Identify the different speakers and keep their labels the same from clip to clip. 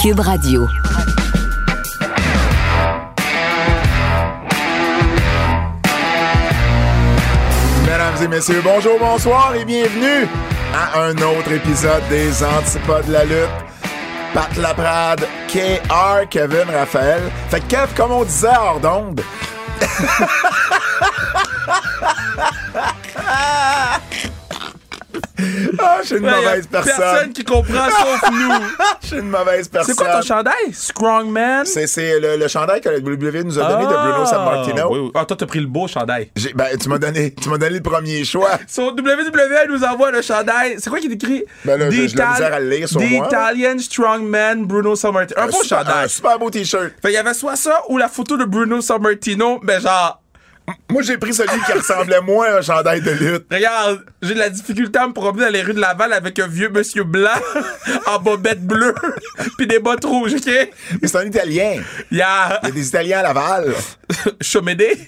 Speaker 1: Cube Radio.
Speaker 2: Mesdames et messieurs, bonjour, bonsoir et bienvenue à un autre épisode des Antipodes de la lutte. Pat Laprade, KR, Kevin Raphaël. Fait que Kev, comme on disait hors d'onde, ah, je suis une
Speaker 3: Ouais, y a
Speaker 2: mauvaise personne.
Speaker 3: Personne qui comprend sauf nous.
Speaker 2: Je suis une mauvaise personne.
Speaker 3: C'est quoi ton chandail? Strongman?
Speaker 2: C'est- C'est le, le chandail que la WWE nous a donné de
Speaker 3: Ah.
Speaker 2: Bruno Sammartino.
Speaker 3: oui, oui. Ah, toi, t'as pris le beau chandail.
Speaker 2: J'ai- Ben, tu m'as donné, tu m'as donné le premier choix.
Speaker 3: Sur WWE, E nous envoie le chandail. C'est quoi qui est écrit?
Speaker 2: Ben là, j'ai- j'ai de la
Speaker 3: D'Ital-
Speaker 2: misère à le lire sur
Speaker 3: The
Speaker 2: moi.
Speaker 3: Italian Strongman Bruno Sammartino. Un beau
Speaker 2: super,
Speaker 3: chandail.
Speaker 2: Un super beau t-shirt.
Speaker 3: Fait, il y avait soit ça ou la photo de Bruno Sammartino, mais genre,
Speaker 2: Moi, j'ai pris celui qui ressemblait moins à un chandail de lutte.
Speaker 3: regarde, j'ai de la difficulté à me promener dans les rues de Laval avec un vieux monsieur blanc en bobette bleue puis des bottes rouges, OK?
Speaker 2: Mais c'est un Italien.
Speaker 3: Il y a
Speaker 2: Il y a des Italiens à Laval.
Speaker 3: Chomédé,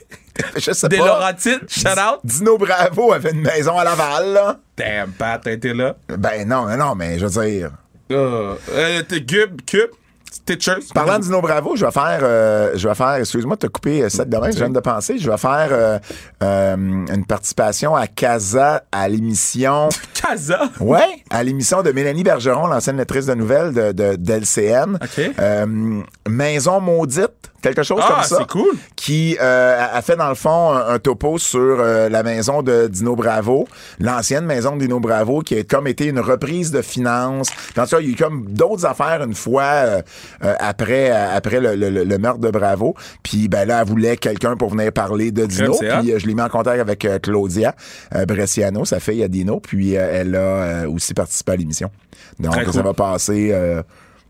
Speaker 2: Je sais
Speaker 3: Des
Speaker 2: pas.
Speaker 3: Laurentides, shout out.
Speaker 2: Dino Bravo avait une maison à Laval, là.
Speaker 3: Damn, Pat, t'as été là.
Speaker 2: Ben non, non, non, mais je veux dire...
Speaker 3: Euh, euh, t'es Gub, Cube, Stitchers.
Speaker 2: Parlant de Dino Bravo, je vais faire, euh, je vais faire, excuse-moi de te couper euh, cette demain, je viens de penser, je vais faire euh, euh, une participation à Casa à l'émission.
Speaker 3: Casa.
Speaker 2: Ouais, à l'émission de Mélanie Bergeron, l'ancienne lettrice de nouvelles de, de- d'LCN.
Speaker 3: OK.
Speaker 2: Euh, Maison maudite, quelque chose
Speaker 3: Ah,
Speaker 2: comme ça.
Speaker 3: c'est cool.
Speaker 2: Qui euh, a- a fait, dans le fond, un, un topo sur euh, la maison de Dino Bravo, l'ancienne maison de Dino Bravo, qui a comme été une reprise de finances. Puis, En tout cas, il y a eu comme d'autres affaires une fois euh, euh, après, euh, après le, le- le- le meurtre de Bravo. Puis ben là, elle voulait quelqu'un pour venir parler de Dino.
Speaker 3: c'est hot.
Speaker 2: Puis euh, je l'ai mis en contact avec euh, Claudia euh, Bresciano, sa fille à Dino, puis euh, elle a euh, aussi participé à l'émission. Donc
Speaker 3: Très
Speaker 2: ça
Speaker 3: cool.
Speaker 2: va passer euh,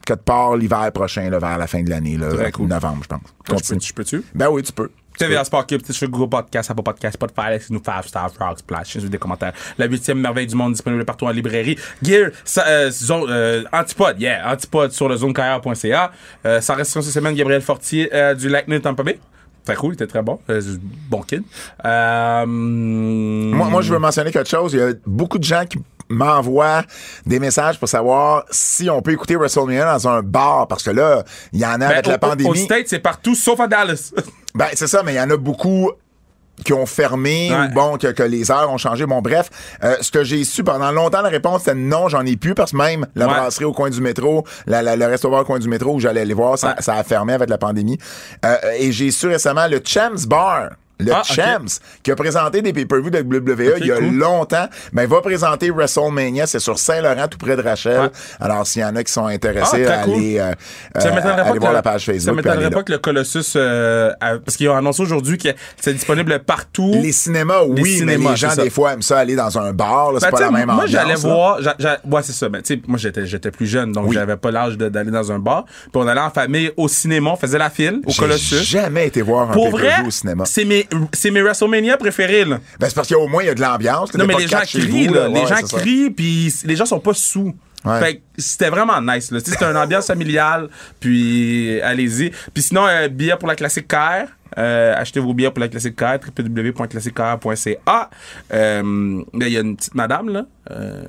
Speaker 2: quelque part l'hiver prochain, là, vers la fin de l'année, là,
Speaker 3: Très cool.
Speaker 2: novembre, je pense. Continue.
Speaker 3: Je peux-tu?
Speaker 2: Ben oui, tu peux.
Speaker 3: TVA Sport Cube, je fais Google Podcast, Apple Podcast, Spotify, laissez nous 5 Star, Rock, Splash, laissez des commentaires. La huitième merveille du monde disponible partout en librairie. Gear, ça, euh, zone, euh, Antipode, yeah, Antipode sur le zonecarrière.ca. Euh, sans restriction cette semaine, Gabriel Fortier euh, du Lightning Tampa Bay. Très cool, il était très bon. Euh, bon kid. Euh,
Speaker 2: Moi, moi, je veux mentionner quelque chose. Il y a beaucoup de gens qui m'envoient des messages pour savoir si on peut écouter WrestleMania dans un bar, parce que là, il y en a
Speaker 3: ben,
Speaker 2: avec
Speaker 3: au-
Speaker 2: la
Speaker 3: au- Au
Speaker 2: pandémie.
Speaker 3: States, c'est partout, sauf à Dallas.
Speaker 2: Ben, c'est ça, mais il y en a beaucoup qui ont fermé
Speaker 3: Ouais.
Speaker 2: ou bon, que, que les heures ont changé. Bon, bref, euh, ce que j'ai su pendant longtemps, la réponse c'était non, j'en ai plus parce que même la
Speaker 3: Ouais.
Speaker 2: brasserie au coin du métro, la, la- le restaurant au coin du métro où j'allais les voir, ça,
Speaker 3: Ouais.
Speaker 2: ça a fermé avec la pandémie. Euh, et j'ai su récemment le Champs Bar. Le
Speaker 3: Ah, ok.
Speaker 2: Champs, qui a présenté des pay-per-views de WWE il y a
Speaker 3: cool.
Speaker 2: longtemps, ben, va présenter WrestleMania. C'est sur Saint-Laurent, tout près de Rachel.
Speaker 3: Ouais.
Speaker 2: Alors, s'il y en a qui sont intéressés,
Speaker 3: Ah, très cool.
Speaker 2: allez, euh,
Speaker 3: Ça
Speaker 2: euh,
Speaker 3: m'étonnerait pas
Speaker 2: allez
Speaker 3: que
Speaker 2: voir
Speaker 3: le-
Speaker 2: la page Facebook.
Speaker 3: Ça
Speaker 2: puis allez
Speaker 3: m'étonnerait
Speaker 2: là.
Speaker 3: pas que le Colossus, euh, a- parce qu'ils ont annoncé aujourd'hui que c'est disponible partout.
Speaker 2: Les cinémas, oui,
Speaker 3: Les
Speaker 2: mais
Speaker 3: cinémas,
Speaker 2: les gens,
Speaker 3: c'est ça.
Speaker 2: des fois, aiment ça aller dans un bar. là,
Speaker 3: Ben,
Speaker 2: c'est pas
Speaker 3: t'sais,
Speaker 2: la même
Speaker 3: moi,
Speaker 2: ambiance.
Speaker 3: j'allais
Speaker 2: là.
Speaker 3: voir. j'a- j'a- ouais, c'est ça. Mais tu sais, moi, j'étais, j'étais plus jeune, donc
Speaker 2: Oui.
Speaker 3: j'avais pas l'âge de- d'aller dans un bar. Puis on allait en famille au cinéma, on faisait la file au
Speaker 2: J'ai
Speaker 3: Colossus.
Speaker 2: jamais été voir un
Speaker 3: Pour
Speaker 2: pay
Speaker 3: vrai,
Speaker 2: au cinéma.
Speaker 3: c'est mes, c'est mes WrestleMania préférés, là.
Speaker 2: Ben, c'est parce qu'au moins, il y a de l'ambiance. là,
Speaker 3: Non,
Speaker 2: t'es
Speaker 3: mais
Speaker 2: pas
Speaker 3: les gens
Speaker 2: quatre chez
Speaker 3: crient,
Speaker 2: vous,
Speaker 3: là.
Speaker 2: Ouais,
Speaker 3: Les gens
Speaker 2: c'est ça.
Speaker 3: crient, puis les gens sont pas sous.
Speaker 2: Ouais.
Speaker 3: Fait que c'était vraiment nice, là. Tu sais, C'était une ambiance familiale, puis euh, allez-y. Puis sinon, euh, billets pour la classique KR. Euh, achetez vos billets pour la classique KR, www.classiquekr.ca. Euh, là, Il y a une petite madame, là. Euh,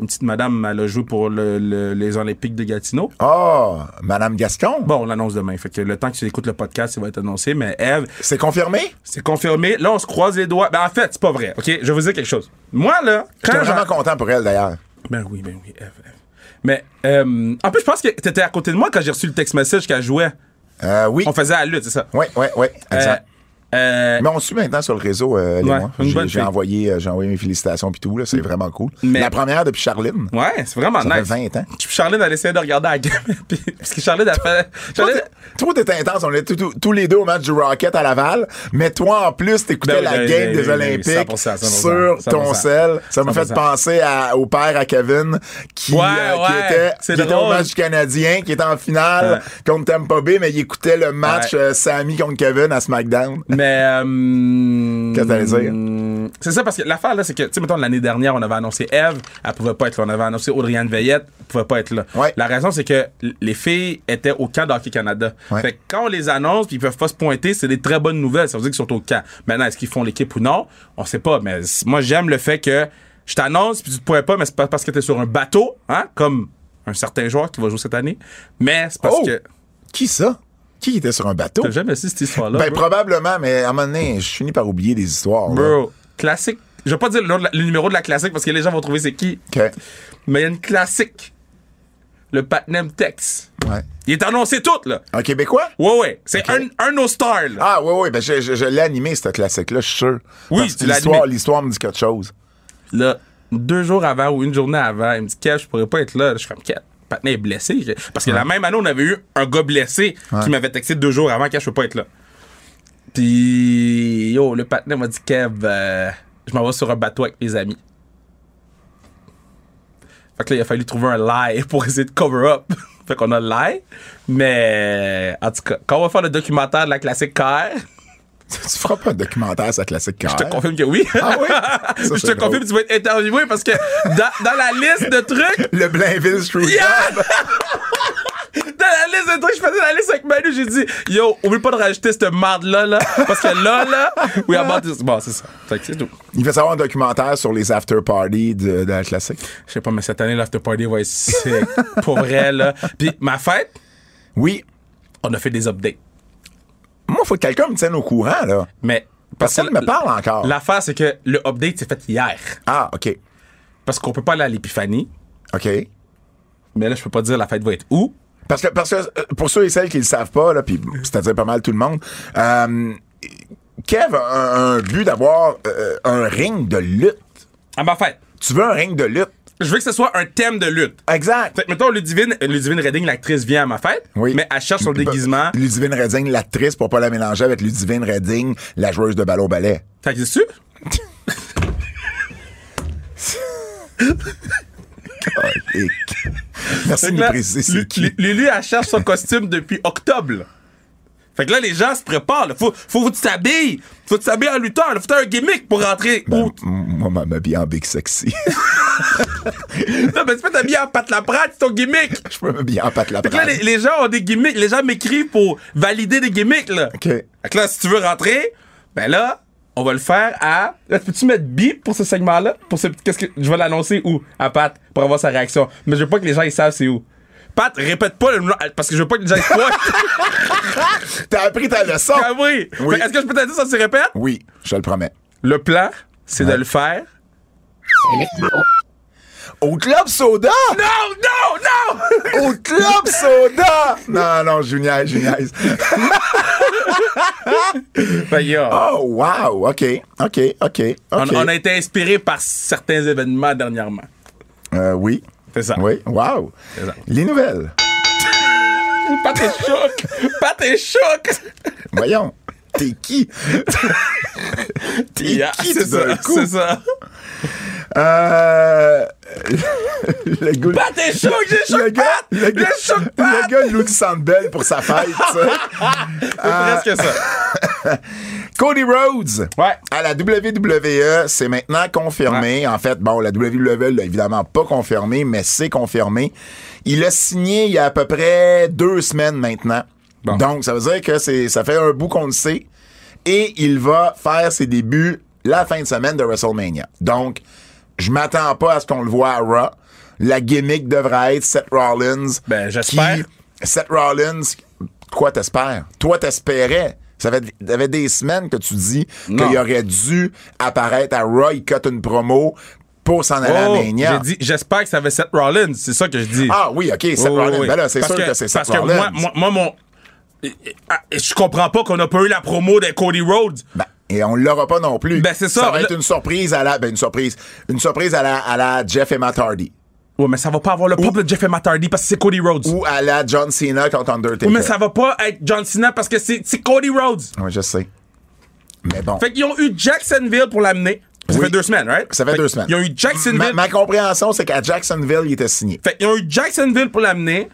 Speaker 3: une petite madame, elle a joué pour le- le- les Olympiques de Gatineau.
Speaker 2: Oh, Madame Gascon,
Speaker 3: Bon, on l'annonce demain. Fait que le temps que tu écoutes le podcast, ça va être annoncé. Mais Eve,
Speaker 2: c'est confirmé?
Speaker 3: c'est confirmé. Là, on se croise les doigts. Ben, en fait, c'est pas vrai. OK, je vais vous dire quelque chose. Moi, là,
Speaker 2: J'étais
Speaker 3: quand j'en-
Speaker 2: vraiment content pour elle, d'ailleurs.
Speaker 3: ben oui, ben oui, Eve, Eve. Mais euh, en plus, je pense que t'étais à côté de moi quand j'ai reçu le text message qu'elle jouait.
Speaker 2: Euh, oui.
Speaker 3: On faisait la lutte, c'est ça?
Speaker 2: Oui, oui, oui.
Speaker 3: Euh,
Speaker 2: exact.
Speaker 3: Euh,
Speaker 2: Mais on suit maintenant sur le réseau, euh, les
Speaker 3: Ouais,
Speaker 2: mois.
Speaker 3: une
Speaker 2: J'ai-
Speaker 3: bonne
Speaker 2: J'ai
Speaker 3: fille.
Speaker 2: envoyé, euh, j'ai envoyé mes félicitations puis tout, là. C'est vraiment cool.
Speaker 3: Mais-
Speaker 2: La première depuis Charline.
Speaker 3: ouais, c'est vraiment
Speaker 2: Ça fait
Speaker 3: nice.
Speaker 2: 20 ans.
Speaker 3: Puis Charline, elle essayait de regarder la game. puis- parce que Charline, elle fait.
Speaker 2: Toi,
Speaker 3: Charline-
Speaker 2: t'es- Toi, t'étais intense. On était tous- tous- tous les deux au match du Rocket à Laval. Mais toi, en plus, t'écoutais
Speaker 3: Ben oui,
Speaker 2: la
Speaker 3: ben oui,
Speaker 2: game
Speaker 3: ben oui,
Speaker 2: des
Speaker 3: ben oui,
Speaker 2: Olympiques
Speaker 3: 100%, 100%,
Speaker 2: sur ton
Speaker 3: 100%.
Speaker 2: sel. Ça m'a fait
Speaker 3: 100%.
Speaker 2: penser à- au père à Kevin qui,
Speaker 3: Ouais,
Speaker 2: euh, qui
Speaker 3: ouais,
Speaker 2: était,
Speaker 3: c'est
Speaker 2: qui était au
Speaker 3: drôle.
Speaker 2: match du Canadien, qui était en finale contre Tampa Bay, mais il écoutait le match
Speaker 3: Ouais.
Speaker 2: euh, Sammy contre Kevin à SmackDown.
Speaker 3: Mais. euh,
Speaker 2: Qu'est-ce que t'allais dire?
Speaker 3: hum, C'est ça, parce que l'affaire, là, c'est que, tu sais, mettons, l'année dernière, on avait annoncé Eve, elle pouvait pas être là. On avait annoncé Audriane Veillette, elle pouvait pas être là.
Speaker 2: Ouais.
Speaker 3: La raison, c'est que l- les filles étaient au camp d'Hockey Canada.
Speaker 2: Ouais.
Speaker 3: Fait que quand on les annonce, puis ils peuvent pas se pointer, c'est des très bonnes nouvelles. Ça veut dire qu'ils sont au camp. Maintenant, est-ce qu'ils font l'équipe ou non? On sait pas, mais c- moi, j'aime le fait que je t'annonce, puis tu te pointes pas, mais c'est pas parce que t'es sur un bateau, hein, comme un certain joueur qui va jouer cette année. Mais c'est parce
Speaker 2: Oh!
Speaker 3: que.
Speaker 2: Qui ça? Qui était sur un bateau?
Speaker 3: T'as jamais su cette histoire-là?
Speaker 2: ben,
Speaker 3: bro?
Speaker 2: probablement, mais à un moment donné, je finis par oublier des histoires. là.
Speaker 3: Bro, classique. Je vais pas dire le, nom de la- le numéro de la classique parce que les gens vont trouver c'est qui.
Speaker 2: OK.
Speaker 3: Mais il y a une classique. Le Patnem Tex.
Speaker 2: Ouais.
Speaker 3: Il est annoncé tout, là.
Speaker 2: Un Québécois?
Speaker 3: Ouais, ouais. C'est un, un no star, là.
Speaker 2: Ah oui, oui, ben je, je- je l'ai animé, ce classique-là, je suis sûr.
Speaker 3: Oui,
Speaker 2: Parce que
Speaker 3: tu l'as
Speaker 2: l'histoire-
Speaker 3: animé.
Speaker 2: L'histoire me dit quelque chose.
Speaker 3: Là, deux jours avant ou une journée avant, il me dit, Kev, je pourrais pas être là. Je suis comme, Kev, Patnem est blessé. Je- Parce que la même année, on avait eu un gars blessé qui m'avait texté deux jours avant, Kev, je peux pas être là. Puis, yo, le Patnem m'a dit, Kev, euh, je m'en vais sur un bateau avec mes amis. Fait que là, il a fallu trouver un lie pour essayer de cover up. fait qu'on a le lie. Mais, en tout cas, quand on va faire le documentaire de la classique car,
Speaker 2: tu feras pas un documentaire sur la classique carré.
Speaker 3: je te confirme que oui.
Speaker 2: Ah oui? Ça,
Speaker 3: je te
Speaker 2: c'est
Speaker 3: confirme que tu vas être interviewé parce que dans, dans la liste de trucs,
Speaker 2: Le Blainville Screwjob.
Speaker 3: Yeah! Dans la liste de trucs, je faisais la liste avec Manu, j'ai dit, yo, oublie pas de rajouter cette marde-là, là, parce que là, là, oui, about this. Bon, c'est ça. Fait que c'est tout.
Speaker 2: Il fait savoir un documentaire sur les after-parties de, de la classique.
Speaker 3: Je sais pas, mais cette année, l'after party va être sick. pour vrai, là. Puis ma fête,
Speaker 2: Oui.
Speaker 3: on a fait des updates.
Speaker 2: Moi, faut que quelqu'un me tienne au courant, là.
Speaker 3: Mais.
Speaker 2: Personne me parle encore.
Speaker 3: L'affaire, c'est que le update s'est fait hier.
Speaker 2: Ah, OK.
Speaker 3: Parce qu'on peut pas aller à l'épiphanie.
Speaker 2: OK.
Speaker 3: Mais là, je peux pas dire la fête va être où.
Speaker 2: Parce que, parce que euh, pour ceux et celles qui le savent pas, là, puis c'est-à-dire pas mal tout le monde, euh, Kev a un, un but d'avoir euh, un ring de lutte.
Speaker 3: À ma fête.
Speaker 2: Tu veux un ring de lutte?
Speaker 3: Je veux que ce soit un thème de lutte.
Speaker 2: Exact.
Speaker 3: Fait que, mettons, Ludivine, Ludivine Redding, l'actrice, vient à ma fête.
Speaker 2: Oui.
Speaker 3: Mais elle cherche son
Speaker 2: Bah,
Speaker 3: déguisement.
Speaker 2: Ludivine Redding, l'actrice, pour pas la mélanger avec Ludivine Redding, la joueuse de ballon ballet.
Speaker 3: T'as que c'est sûr?
Speaker 2: Merci de
Speaker 3: Fait que
Speaker 2: nous
Speaker 3: là,
Speaker 2: préciser c'est
Speaker 3: Lu-
Speaker 2: qui.
Speaker 3: Lu- Lulu, elle cherche son costume depuis octobre. là. Fait que là, les gens se préparent. là. Faut, faut que tu t'habilles. Faut que tu t'habilles en lutteur. là. Faut que t'aies un gimmick pour rentrer.
Speaker 2: Ben,
Speaker 3: Ou-
Speaker 2: m- Moi, ma m'habille en big sexy.
Speaker 3: Non, mais tu peux t'habiller en Pat Laprade, c'est ton gimmick.
Speaker 2: Je peux m'habiller en pâte la
Speaker 3: Fait que là, les, les gens ont des gimmicks. Les gens m'écrivent pour valider des gimmicks, là.
Speaker 2: OK.
Speaker 3: Fait que là, si tu veux rentrer, ben là, on va le faire à... Là, peux-tu mettre bip pour ce segment-là? Pour ce... Qu'est-ce que... Je vais l'annoncer où? À Pat, pour avoir sa réaction. Mais je veux pas que les gens, ils savent c'est où. Pat, répète pas le nom, parce que je veux pas que les gens, ils se pointent.
Speaker 2: T'as appris ta leçon.
Speaker 3: Ah oui!
Speaker 2: Oui.
Speaker 3: Fait que Est-ce que je peux te dire ça se répète?
Speaker 2: Oui, je le promets.
Speaker 3: Le plan, c'est de le faire.
Speaker 2: Au club soda!
Speaker 3: Non, non, non!
Speaker 2: Au club soda! Non, non, je niaise, je niaise.
Speaker 3: Fait que, Ben, yo,
Speaker 2: Oh, wow! OK, OK, OK.
Speaker 3: on,
Speaker 2: ok.
Speaker 3: on a été inspiré par certains événements dernièrement.
Speaker 2: Euh, oui.
Speaker 3: C'est ça.
Speaker 2: Oui, wow.
Speaker 3: C'est ça.
Speaker 2: Les nouvelles.
Speaker 3: Pat est choc! Pat est choc!
Speaker 2: Voyons. T'es qui? T'es
Speaker 3: Yeah,
Speaker 2: qui
Speaker 3: c'est
Speaker 2: d'un
Speaker 3: ça,
Speaker 2: coup?
Speaker 3: c'est ça.
Speaker 2: Euh, le gars.
Speaker 3: Pat est choc, j'ai
Speaker 2: le
Speaker 3: choc
Speaker 2: gars,
Speaker 3: Pat!
Speaker 2: le gars,
Speaker 3: J'ai choc
Speaker 2: le
Speaker 3: Pat!
Speaker 2: gars loue du Sandbell pour sa fête. ça.
Speaker 3: C'est presque ça.
Speaker 2: Cody Rhodes.
Speaker 3: Ah. Ouais.
Speaker 2: À la WWE, c'est maintenant confirmé. En fait, bon, la WWE l'a évidemment pas confirmé, mais c'est confirmé. Il a signé il y a à peu près deux semaines maintenant.
Speaker 3: Bon.
Speaker 2: Donc, ça veut dire que c'est, ça fait un bout qu'on le sait. Et il va faire ses débuts la fin de semaine de WrestleMania. Donc, je m'attends pas à ce qu'on le voit à Raw. La gimmick devrait être Seth Rollins.
Speaker 3: Ben, j'espère.
Speaker 2: qui- Seth Rollins, quoi t'espères? Toi, t'espérais. Ça fait, ça fait des semaines que tu dis
Speaker 3: Non.
Speaker 2: qu'il aurait dû apparaître à Raw, il cut une promo pour s'en aller
Speaker 3: Oh,
Speaker 2: à Mania.
Speaker 3: j'ai dit, j'espère que ça va être Seth Rollins. C'est ça que je dis.
Speaker 2: Ah oui, ok, Seth
Speaker 3: Oui, oui,
Speaker 2: Rollins.
Speaker 3: oui.
Speaker 2: Ben là, c'est
Speaker 3: Parce
Speaker 2: sûr que, c'est Seth
Speaker 3: Parce que
Speaker 2: Rollins.
Speaker 3: moi, moi, moi, mon. Ah, Je comprends pas qu'on n'a pas eu la promo de Cody Rhodes.
Speaker 2: Ben, et on l'aura pas non plus.
Speaker 3: Ben, c'est ça.
Speaker 2: va être
Speaker 3: Le-
Speaker 2: une surprise à la, ben, une surprise, une surprise à la, à la Jeff et Matt Hardy.
Speaker 3: Ouais, mais ça va pas avoir le pop de Jeff et Matt Hardy parce que c'est Cody Rhodes.
Speaker 2: Ou à la John Cena contre Undertaker.
Speaker 3: Ouais, mais ça va pas être John Cena parce que c'est c'est Cody Rhodes.
Speaker 2: Ouais, je sais. Mais bon.
Speaker 3: Fait qu'ils ont eu Jacksonville pour l'amener. Ça
Speaker 2: Oui.
Speaker 3: fait deux semaines, right?
Speaker 2: ça fait, deux semaines.
Speaker 3: Ils ont eu Jacksonville.
Speaker 2: Ma, ma compréhension, c'est qu'à Jacksonville, il était signé.
Speaker 3: Fait qu'ils ont eu Jacksonville pour l'amener.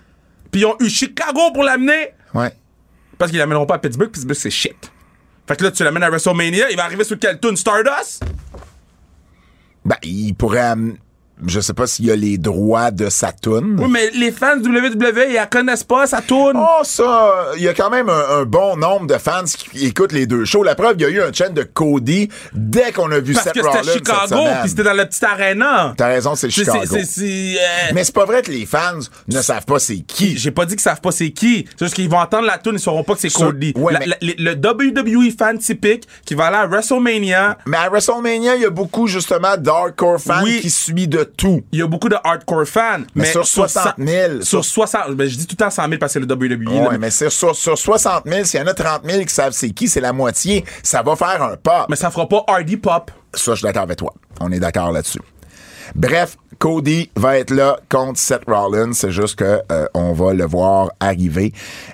Speaker 3: Puis ils ont eu Chicago pour l'amener.
Speaker 2: Ouais.
Speaker 3: Parce qu'ils l'amèneront pas à Pittsburgh. Pittsburgh, c'est shit. Fait que là, tu l'amènes à WrestleMania. Il va arriver sur quel tune? Stardust?
Speaker 2: Ben, il pourrait. am- Je sais pas s'il a les droits de sa toune.
Speaker 3: Oui, mais les fans de WWE, ils la connaissent pas, ça tourne.
Speaker 2: Oh, ça, il y a quand même un, un bon nombre de fans qui écoutent les deux shows. La preuve, il y a eu un chaîne de Cody dès qu'on a vu
Speaker 3: parce
Speaker 2: Seth
Speaker 3: que
Speaker 2: Rollins
Speaker 3: c'était
Speaker 2: cette
Speaker 3: Chicago,
Speaker 2: semaine.
Speaker 3: puis c'était dans la petite arena.
Speaker 2: T'as raison, c'est
Speaker 3: C'est-
Speaker 2: Chicago.
Speaker 3: c'est- c'est- euh,
Speaker 2: Mais c'est pas vrai que les fans ne savent pas c'est qui.
Speaker 3: J'ai pas dit qu'ils savent pas c'est qui. C'est juste qu'ils vont entendre la tune, ils sauront pas que c'est
Speaker 2: Sur-
Speaker 3: Cody.
Speaker 2: Ouais,
Speaker 3: La-
Speaker 2: mais-
Speaker 3: la- le le WWE fan typique qui va aller à WrestleMania,
Speaker 2: Mais à WrestleMania, il y a beaucoup, justement, d'hardcore fans
Speaker 3: Oui.
Speaker 2: qui suit de tout.
Speaker 3: il y a beaucoup de hardcore fans.
Speaker 2: Mais sur 60 000.
Speaker 3: Sur 60 ben, je dis tout le temps 100 000 parce que c'est le WWE. là,
Speaker 2: Ouais, mais c'est sur, sur 60 000, s'il y en a 30 000 qui savent c'est qui, c'est la moitié. Ça va faire un pas.
Speaker 3: mais ça fera pas Hardy Pop.
Speaker 2: Ça, je suis d'accord avec toi. On est d'accord là-dessus. Bref, Cody va être là contre Seth Rollins. C'est juste que euh, on va le voir arriver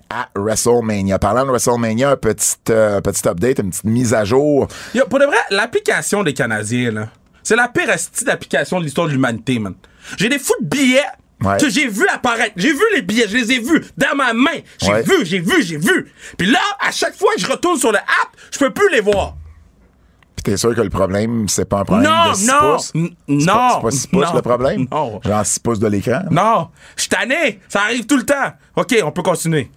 Speaker 2: à WrestleMania. Parlant de WrestleMania, un petit, euh, petit update, une petite mise à jour.
Speaker 3: Yo, pour de vrai, l'application des Canadiens, là, c'est la pire astuce d'application de l'histoire de l'humanité, man. J'ai des fous de billets
Speaker 2: Ouais.
Speaker 3: que j'ai vu apparaître. J'ai vu les billets, je les ai vus dans ma main. J'ai
Speaker 2: Ouais.
Speaker 3: vu, j'ai vu, j'ai vu. Puis là, à chaque fois que je retourne sur le app, je peux plus les voir.
Speaker 2: Puis t'es sûr que le problème, c'est pas un problème
Speaker 3: Non,
Speaker 2: de 6
Speaker 3: non,
Speaker 2: pouces?
Speaker 3: n-
Speaker 2: C'est pas-
Speaker 3: non,
Speaker 2: C'est pas 6 pouces
Speaker 3: non,
Speaker 2: le problème?
Speaker 3: non.
Speaker 2: Genre 6 pouces de l'écran?
Speaker 3: Non, je suis tanné. Ça arrive tout le temps. OK, on peut continuer.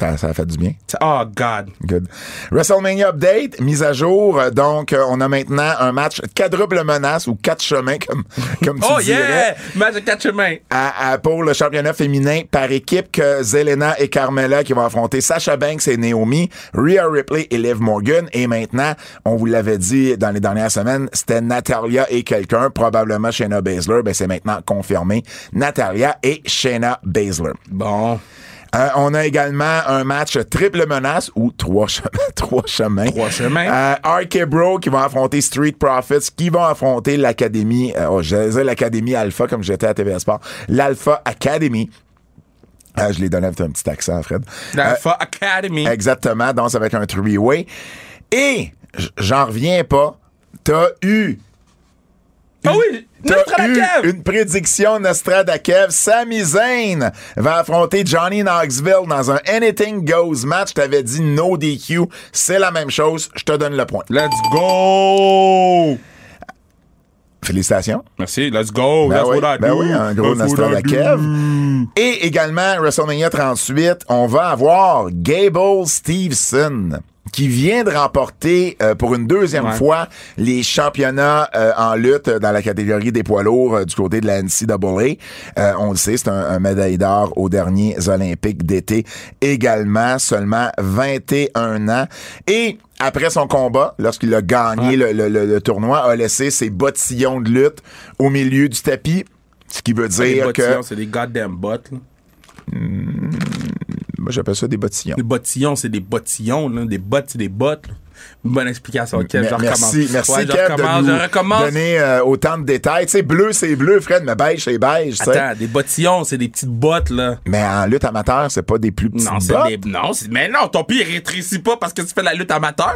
Speaker 2: Ça, ça fait du bien.
Speaker 3: Ça- Oh, God.
Speaker 2: Good. WrestleMania Update, mise à jour. Euh, Donc, euh, on a maintenant un match quadruple menace ou quatre chemins, comme, comme tu
Speaker 3: Oh,
Speaker 2: dirais.
Speaker 3: yeah! Match de quatre chemins.
Speaker 2: à, à- pour le championnat féminin par équipe que Zelena et Carmella qui vont affronter Sasha Banks et Naomi, Rhea Ripley et Liv Morgan. Et maintenant, on vous l'avait dit dans les dernières semaines, c'était Natalia et quelqu'un, probablement Shayna Baszler. Ben, c'est maintenant confirmé. Natalia et Shayna Baszler.
Speaker 3: Bon.
Speaker 2: Euh, on a également un match triple menace ou trois chemins. trois chemins.
Speaker 3: Trois chemins.
Speaker 2: Euh, RK Bro qui va affronter Street Profits, qui vont affronter l'Académie, euh, oh, j'allais dire l'Académie Alpha comme j'étais à TVA Sport, l'Alpha Academy. Ah, je l'ai donné avec un petit accent, Fred.
Speaker 3: L'Alpha Academy.
Speaker 2: Euh, exactement, donc ça va être un three-way. Et, j- j'en reviens pas, t'as eu
Speaker 3: Ah oui,
Speaker 2: T'as
Speaker 3: Nostradakev.
Speaker 2: eu une prédiction Nostradakev. Sami Zayn va affronter Johnny Knoxville dans un Anything Goes match. T'avais dit no DQ. C'est la même chose. Je te donne le point.
Speaker 3: Let's go!
Speaker 2: Félicitations.
Speaker 3: Merci, let's go.
Speaker 2: Ben
Speaker 3: That's
Speaker 2: oui,
Speaker 3: what I
Speaker 2: ben
Speaker 3: do.
Speaker 2: oui, un gros
Speaker 3: That's what I
Speaker 2: Nostradakev.
Speaker 3: do.
Speaker 2: Et également, WrestleMania 38, on va avoir Gable Stevenson qui vient de remporter euh, pour une deuxième
Speaker 3: Ouais.
Speaker 2: fois les championnats euh, en lutte dans la catégorie des poids lourds euh, du côté de la NCAA. Euh, on le sait, c'est un, un médaille d'or aux derniers Olympiques d'été également, seulement 21 ans. Et après son combat, lorsqu'il a gagné le, le- le- le tournoi, a laissé ses bottillons de lutte au milieu du tapis, ce qui veut
Speaker 3: Les
Speaker 2: dire que...
Speaker 3: bottillons, c'est des goddamn bottes. là.
Speaker 2: Moi, j'appelle ça des bottillons.
Speaker 3: Les bottillons, c'est des bottillons. là. Des bottes, c'est des bottes. là. Une bonne explication, Kev.
Speaker 2: Me-
Speaker 3: Je recommence.
Speaker 2: merci, merci
Speaker 3: Ouais, je
Speaker 2: Kev de
Speaker 3: recommence.
Speaker 2: nous
Speaker 3: Je recommence.
Speaker 2: donner euh, autant de détails. Tu sais, bleu, c'est bleu, Fred, mais beige, c'est beige. tu sais.
Speaker 3: Attends, des bottillons, c'est des petites bottes, là.
Speaker 2: Mais en lutte amateur, c'est pas des plus petites
Speaker 3: Non, c'est
Speaker 2: bottes.
Speaker 3: des. Non, c'est- mais non, ton pied, il rétrécit pas parce que tu fais la lutte amateur.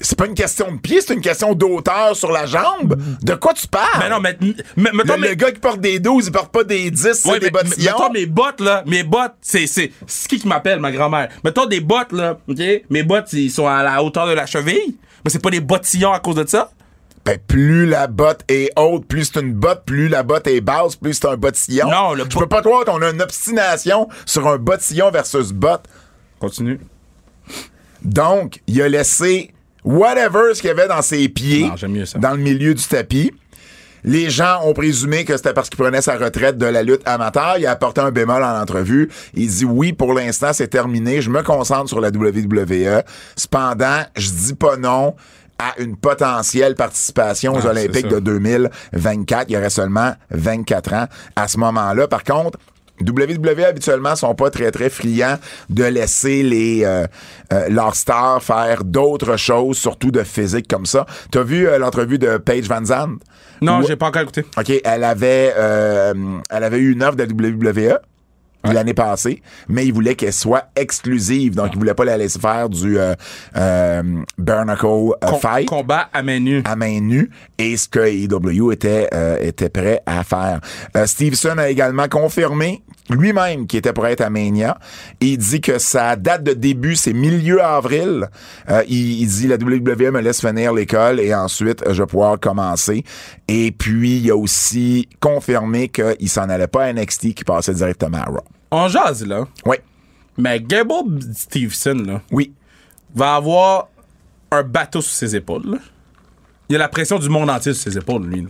Speaker 2: C'est pas une question de pied, c'est une question d'auteur sur la jambe. De quoi tu parles?
Speaker 3: Mais non, mais. mais mettons,
Speaker 2: Ah Le,
Speaker 3: mais-
Speaker 2: le gars qui porte des 12, il porte pas des 10, c'est
Speaker 3: Ouais,
Speaker 2: des
Speaker 3: mais- mais-
Speaker 2: bottillons.
Speaker 3: Mettons mes bottes, là. Mes bottes, c'est, c'est, c'est qui qui m'appelle, ma grand-mère? Mettons des bottes, là. OK? Mes bottes, ils sont à la hauteur de la cheville. Mais c'est pas des bottillons à cause de ça?
Speaker 2: Ben, plus la botte est haute, plus c'est une botte, plus la botte est basse, plus c'est un bottillon.
Speaker 3: Non, le
Speaker 2: Je
Speaker 3: bo-
Speaker 2: peux pas croire qu'on a une obstination sur un bottillon versus botte.
Speaker 3: Continue.
Speaker 2: Donc, il a laissé whatever ce qu'il y avait dans ses pieds
Speaker 3: Non, j'aime mieux ça.
Speaker 2: dans le milieu du tapis. Les gens ont présumé que c'était parce qu'il prenait sa retraite de la lutte amateur. Il a apporté un bémol en entrevue. Il dit oui, pour l'instant, c'est terminé. Je me concentre sur la WWE. Cependant, je dis pas non à une potentielle participation aux
Speaker 3: Ah,
Speaker 2: Olympiques
Speaker 3: c'est
Speaker 2: de
Speaker 3: ça.
Speaker 2: 2024. Il aurait seulement 24 ans à ce moment-là. Par contre, WWE habituellement sont pas très très friands de laisser les euh, euh, leurs stars faire d'autres choses, surtout de physique comme ça. T'as vu euh, l'entrevue de Paige Van Zandt
Speaker 3: Non,
Speaker 2: Où-
Speaker 3: j'ai pas encore écouté.
Speaker 2: OK, elle avait, euh, elle avait eu une offre de la WWE l'année passée, mais il voulait qu'elle soit exclusive. Donc, il voulait pas la laisser faire du euh, euh, bare knuckle, euh,
Speaker 3: Com-
Speaker 2: fight
Speaker 3: Combat à main nue.
Speaker 2: à main nue et ce que AEW était, euh, était prêt à faire. Euh, Stevenson a également confirmé lui-même qu'il était pour être à Mania. Il dit que sa date de début, c'est milieu avril. Euh, il, il dit la WWE me laisse finir l'école et ensuite euh, je vais pouvoir commencer. Et puis il a aussi confirmé qu'il s'en allait pas à NXT, qu'il passait directement à Raw.
Speaker 3: On jase, là.
Speaker 2: Oui,
Speaker 3: Mais Gable Stevenson, là,
Speaker 2: oui.
Speaker 3: va avoir un bateau sur ses épaules. là. Il a la pression du monde entier sur ses épaules, lui. là.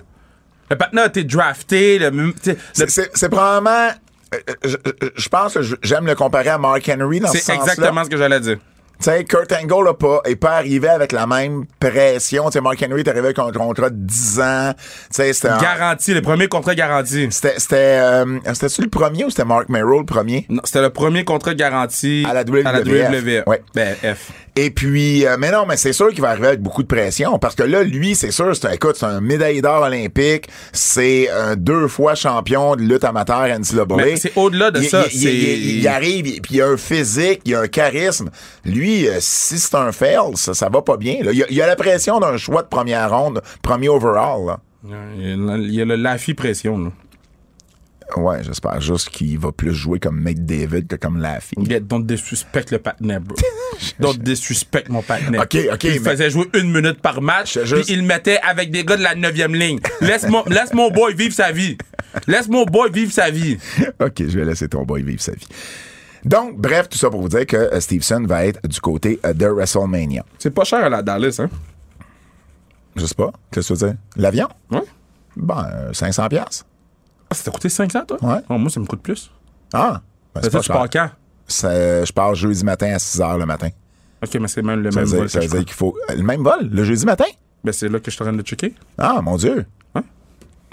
Speaker 3: Le partenaire a été drafté. Le, m- t'sais, le-
Speaker 2: C'est- C'est c'est probablement. euh, euh, Je, je- je pense que je- j'aime le comparer à Mark Henry dans ce
Speaker 3: c'est
Speaker 2: sens-là.
Speaker 3: exactement ce que j'allais dire.
Speaker 2: Tu sais, Kurt Angle n'est pas, est pas arrivé avec la même pression. Tu sais, Mark Henry est arrivé avec un contrat de 10 ans. Tu sais, c'était... un-
Speaker 3: Garanti, le premier contrat garanti.
Speaker 2: C'était... C'était, euh, c'était-tu le premier ou c'était Mark Merrill le premier?
Speaker 3: Non, C'était le premier contrat garanti
Speaker 2: À la WWF.
Speaker 3: WWE.
Speaker 2: Ouais.
Speaker 3: Ben, F.
Speaker 2: Et puis, euh, mais non, mais c'est sûr qu'il va arriver avec beaucoup de pression parce que là, lui, c'est sûr, c'est un, écoute, c'est un médaillé d'or olympique, c'est un deux fois champion de lutte amateur NCAA.
Speaker 3: Mais c'est au-delà de
Speaker 2: Il-
Speaker 3: ça,
Speaker 2: Il,
Speaker 3: c'est-
Speaker 2: il- il- il arrive, il- puis il a un physique, il a un charisme. Lui, euh, si c'est un fail, ça, ça va pas bien. là. Il, y a, il y a la pression d'un choix de première ronde, premier overall. là.
Speaker 3: Il y a le Laffy pression, là.
Speaker 2: Ouais, j'espère juste qu'il va plus jouer comme Mike David que comme Laffy.
Speaker 3: Yeah, don't disrespect le partner, bro. don't disrespect mon partner.
Speaker 2: Ok, ok,
Speaker 3: Il
Speaker 2: mais-
Speaker 3: faisait jouer une minute par match,
Speaker 2: Je
Speaker 3: puis
Speaker 2: te juste-
Speaker 3: il le mettait avec des gars de la 9 ligne. Laisse mon, laisse mon boy vivre sa vie. Laisse mon boy vivre sa vie.
Speaker 2: OK, je vais laisser ton boy vivre sa vie. Donc, bref, tout ça pour vous dire que euh, Stevenson va être du côté euh, de WrestleMania.
Speaker 3: C'est pas cher à la Dallas, hein?
Speaker 2: Je sais pas. Qu'est-ce que tu veux dire? L'avion?
Speaker 3: Ouais.
Speaker 2: Ben, euh, 500 pièces.
Speaker 3: Ah, ça t'a coûté 500, toi?
Speaker 2: Ouais.
Speaker 3: Oh, moi, ça me coûte plus.
Speaker 2: Ah! Ben, c'est
Speaker 3: Ça,
Speaker 2: pas
Speaker 3: tu pars
Speaker 2: cher.
Speaker 3: quand?
Speaker 2: Ça, euh, je pars jeudi matin à 6 h le matin.
Speaker 3: Ok, mais c'est même le
Speaker 2: Ça
Speaker 3: même
Speaker 2: veut
Speaker 3: vol
Speaker 2: dire, ça
Speaker 3: que
Speaker 2: veut
Speaker 3: je
Speaker 2: dire
Speaker 3: prends.
Speaker 2: qu'il faut. euh, Le même vol, le jeudi matin?
Speaker 3: Ben, c'est là que je suis en train de checker.
Speaker 2: Ah, mon Dieu!
Speaker 3: Hein?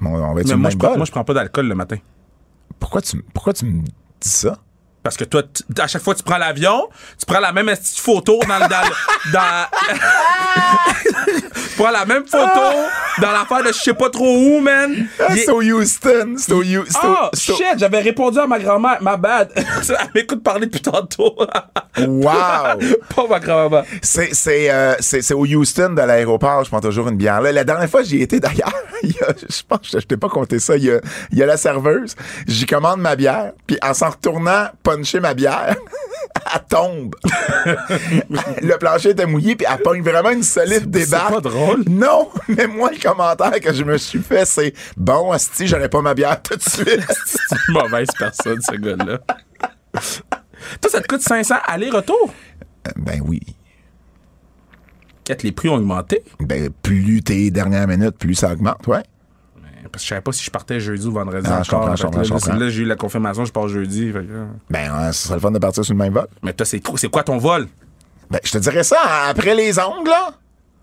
Speaker 2: Mon- on va être
Speaker 3: Mais
Speaker 2: sur le
Speaker 3: moi
Speaker 2: même
Speaker 3: je, prends,
Speaker 2: vol.
Speaker 3: moi, je prends pas d'alcool le matin.
Speaker 2: Pourquoi, tu, m- pourquoi tu me dis ça?
Speaker 3: Parce que toi, tu- à chaque fois que tu prends l'avion, tu prends la même petite photo dans le. Dans, le- dans- tu prends la même photo dans l'affaire de je sais pas trop où, man.
Speaker 2: Ah,
Speaker 3: Il est-
Speaker 2: c'est au Houston! C'est au Houston!
Speaker 3: Ah, shit, j'avais répondu à ma grand-mère, ma bad. Elle m'écoute parler depuis tantôt.
Speaker 2: Wow!
Speaker 3: pas ma grand-mère.
Speaker 2: C'est, c'est, euh, c'est, c'est au Houston de l'aéroport, je prends toujours une bière. Là, la dernière fois, j'y étais d'ailleurs. il y a- je pense que je t'ai pas compté ça. Il y a, il y a la serveuse. J'y commande ma bière. Puis en s'en retournant, puncher ma bière, elle tombe. le plancher était mouillé, puis elle pogne vraiment une solide
Speaker 3: C'est- c'est
Speaker 2: débarque.
Speaker 3: pas drôle.
Speaker 2: Non, mais moi, le commentaire que je me suis fait, c'est Bon, Asti, j'aurais pas ma bière tout de suite.
Speaker 3: C'est une mauvaise personne, ce gars-là. Toi, ça te coûte 500 aller-retour?
Speaker 2: ben oui.
Speaker 3: Quatre, les prix ont augmenté.
Speaker 2: Ben, plus t'es dernière minute, plus ça augmente, ouais.
Speaker 3: Parce que je savais pas si je partais jeudi ou vendredi
Speaker 2: Ah,
Speaker 3: encore.
Speaker 2: je comprends, je
Speaker 3: Fait que
Speaker 2: comprends,
Speaker 3: là,
Speaker 2: je
Speaker 3: là,
Speaker 2: comprends.
Speaker 3: c'est- Là, j'ai eu la confirmation, je pars jeudi. Fait que, euh,
Speaker 2: Ben, hein, ce serait le fun de partir sur le même vol.
Speaker 3: Mais toi, c'est trop- c'est quoi ton vol?
Speaker 2: Ben, je te dirais ça hein, après les ongles, là.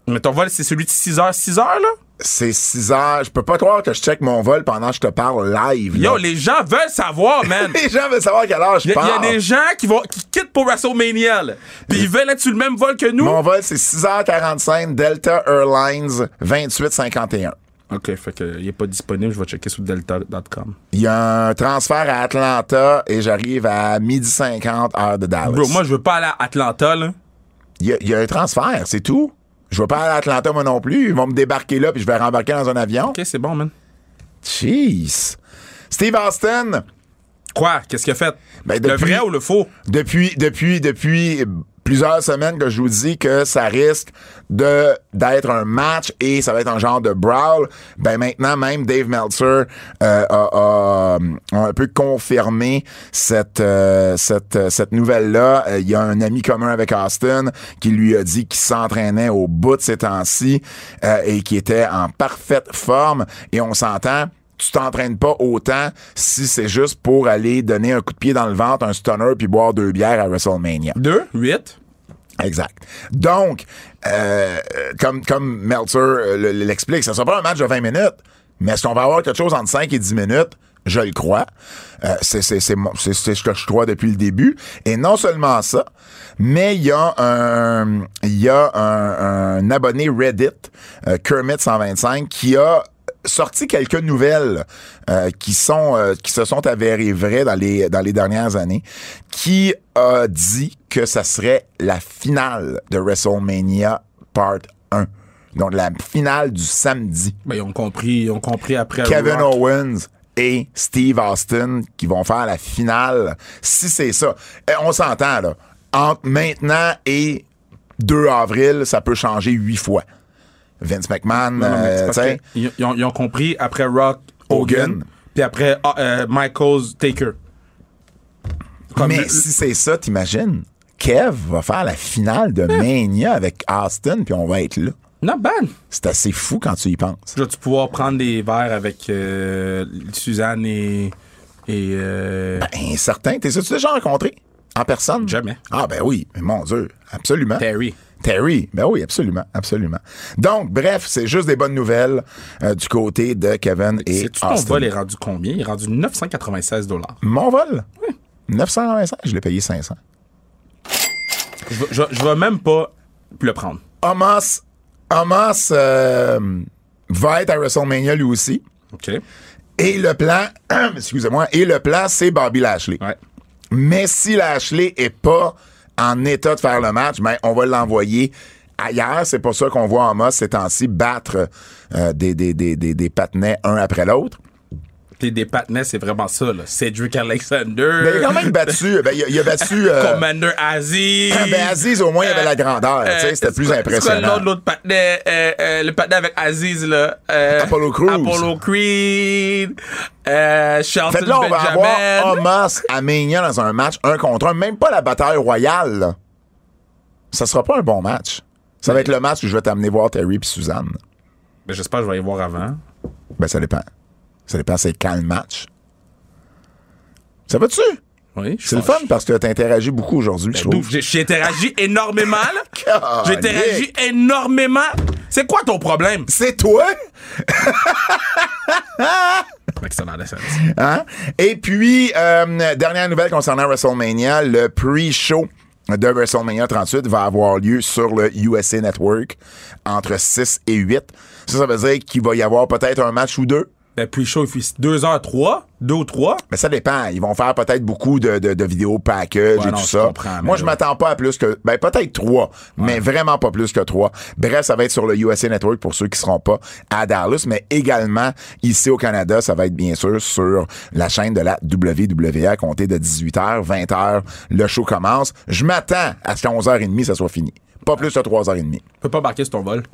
Speaker 3: Mais ton vol, c'est celui de 6h, 6h, là?
Speaker 2: C'est 6 heures. Je peux pas croire que je check mon vol pendant que je te parle live. là.
Speaker 3: Yo, les gens veulent savoir, man!
Speaker 2: Les gens veulent savoir à quelle heure
Speaker 3: Il
Speaker 2: je
Speaker 3: y, a- y a
Speaker 2: pars.
Speaker 3: des gens qui, vont, qui quittent pour WrestleMania, là. Puis ils veulent être sur le même vol que nous.
Speaker 2: Mon vol, c'est 6h45, Delta Airlines 2851.
Speaker 3: OK, fait que il est pas disponible, je vais checker sur delta.com.
Speaker 2: Il y a un transfert à Atlanta et j'arrive à 12h50 heure de Dallas.
Speaker 3: Bro, moi, je veux pas aller à Atlanta, là.
Speaker 2: Il y, a- il y a un transfert, c'est tout. Je vais pas aller à Atlanta, moi non plus. Ils vont me débarquer là puis je vais rembarquer dans un avion.
Speaker 3: OK, c'est bon, man.
Speaker 2: Jeez. Steve Austin,
Speaker 3: Quoi? Qu'est-ce qu'il a fait?
Speaker 2: Ben,
Speaker 3: le
Speaker 2: depuis-
Speaker 3: vrai ou le faux?
Speaker 2: depuis, depuis, depuis plusieurs semaines que je vous dis que ça risque de d'être un match et ça va être un genre de brawl. Ben maintenant, même Dave Meltzer euh, a, a- a un peu confirmé cette euh, cette euh, cette nouvelle là. Il y a un ami commun avec Austin qui lui a dit qu'il s'entraînait au bout de ces temps-ci euh, et qui était en parfaite forme. Et on s'entend tu t'entraînes pas autant si c'est juste pour aller donner un coup de pied dans le ventre, un stunner, puis boire deux bières à WrestleMania.
Speaker 3: Deux? Huit?
Speaker 2: Exact. Donc, euh, comme, comme Meltzer euh, le- l'explique, ça sera pas un match de 20 minutes, mais est-ce qu'on va avoir quelque chose entre 5 et 10 minutes? Je le crois. Euh, c'est c'est- c'est mon- c'est- c'est ce que je crois depuis le début. Et non seulement ça, mais il y a un, il y a un, un abonné Reddit, euh, Kermit125, qui a sorti quelques nouvelles euh, qui sont euh, qui se sont avérées vraies dans les dans les dernières années qui a dit que ça serait la finale de WrestleMania Part 1 donc la finale du samedi
Speaker 3: Ben, ils ont compris, ils ont compris après.
Speaker 2: Kevin
Speaker 3: Rock.
Speaker 2: Owens et Steve Austin qui vont faire la finale si c'est ça Eh, on s'entend là entre maintenant et 2 avril ça peut changer huit fois Vince McMahon
Speaker 3: Non, non, mais c'est
Speaker 2: euh,
Speaker 3: parce
Speaker 2: tu sais,
Speaker 3: que ils, ils ont, ils ont compris après Rock, Hogan,
Speaker 2: Hogan.
Speaker 3: puis après ah, euh, Michaels, Taker. Comme
Speaker 2: mais
Speaker 3: le-
Speaker 2: si c'est ça, t'imagines? Kev va faire la finale de Mania avec Austin, puis on va être là.
Speaker 3: Not bad.
Speaker 2: C'est assez fou quand tu y penses.
Speaker 3: Je vais-tu pouvoir prendre des verres avec euh, Suzanne et. et euh,
Speaker 2: Ben, certain. T'es tu déjà rencontré? En personne?
Speaker 3: Jamais.
Speaker 2: Ah, ben oui. Mais mon Dieu. Absolument.
Speaker 3: Terry.
Speaker 2: Terry. Ben oui, absolument. Absolument. Donc, bref, c'est juste des bonnes nouvelles euh, du côté de Kevin et
Speaker 3: Sais-tu ton
Speaker 2: Austin.
Speaker 3: vol est rendu combien? Il est rendu 996 dollars.
Speaker 2: Mon vol? 995, je l'ai payé 500.
Speaker 3: Je, vais- je, vais- je vais même pas le prendre.
Speaker 2: Hamas, Hamas euh, va être à WrestleMania lui aussi.
Speaker 3: OK?
Speaker 2: Et le plan, excusez-moi, et le plan, c'est Bobby Lashley.
Speaker 3: Ouais.
Speaker 2: Mais si Lashley est pas en état de faire le match, ben, on va l'envoyer ailleurs. C'est pour ça qu'on voit Amos ces temps-ci battre euh, des, des, des, des, des patinets un après l'autre.
Speaker 3: Puis des patinets, c'est vraiment ça, là. Cedric Alexander.
Speaker 2: Ben, il a quand même battu, ben, il, a, il a battu, euh,
Speaker 3: Commander Aziz.
Speaker 2: ben, Aziz, au moins, il avait la grandeur, tu sais, c'était
Speaker 3: Eh, c'est
Speaker 2: plus
Speaker 3: quoi- C'est quoi le
Speaker 2: impressionnant.
Speaker 3: nom de l'autre patinet? Euh, euh, le patinet avec Aziz, là. euh,
Speaker 2: Apollo Crews.
Speaker 3: Apollo Creed. Euh, Charlton
Speaker 2: fait que là, on va avoir
Speaker 3: Benjamin.
Speaker 2: Amos à Mania dans un match un contre un, même pas la bataille royale. là. Ça sera pas un bon match. Ça va être le match où je vais t'amener voir Terry puis Suzanne.
Speaker 3: Ben, J'espère que je vais aller voir avant.
Speaker 2: Ben, ça dépend. Ça dépend, c'est quand le match. Ça va-tu?
Speaker 3: Oui, je
Speaker 2: C'est le
Speaker 3: pense-
Speaker 2: fun parce que t'interagis beaucoup aujourd'hui, je
Speaker 3: Ouf,
Speaker 2: trouve. Ah,
Speaker 3: J'ai j'ai interagi énormément, là. J'ai
Speaker 2: Calique.
Speaker 3: interagi énormément. C'est quoi ton problème?
Speaker 2: C'est toi?
Speaker 3: Excellent, excellent.
Speaker 2: Hein? Et puis, euh, dernière nouvelle concernant WrestleMania, le pre-show de WrestleMania 38 va avoir lieu sur le USA Network entre 6 et 8. Ça, ça veut dire qu'il va y avoir peut-être un match ou deux.
Speaker 3: Ben, pre-show, il fait 2h03, 2 ou 3.
Speaker 2: Mais ça dépend. Ils vont faire peut-être beaucoup de, de, de vidéos package
Speaker 3: Ouais,
Speaker 2: et
Speaker 3: non,
Speaker 2: tout
Speaker 3: je
Speaker 2: ça.
Speaker 3: comprends, mais
Speaker 2: Moi, je
Speaker 3: là-
Speaker 2: m'attends pas à plus que. Ben, peut-être trois, mais vraiment pas plus que trois. Bref, ça va être sur le USA Network pour ceux qui seront pas à Dallas, mais également ici au Canada, ça va être bien sûr sur la chaîne de la WWE à compter de 18h, 20h. Le show commence. Je m'attends à ce qu'à 11h30, ça soit fini. Pas plus que 3h30.
Speaker 3: Je peux pas embarquer sur ton vol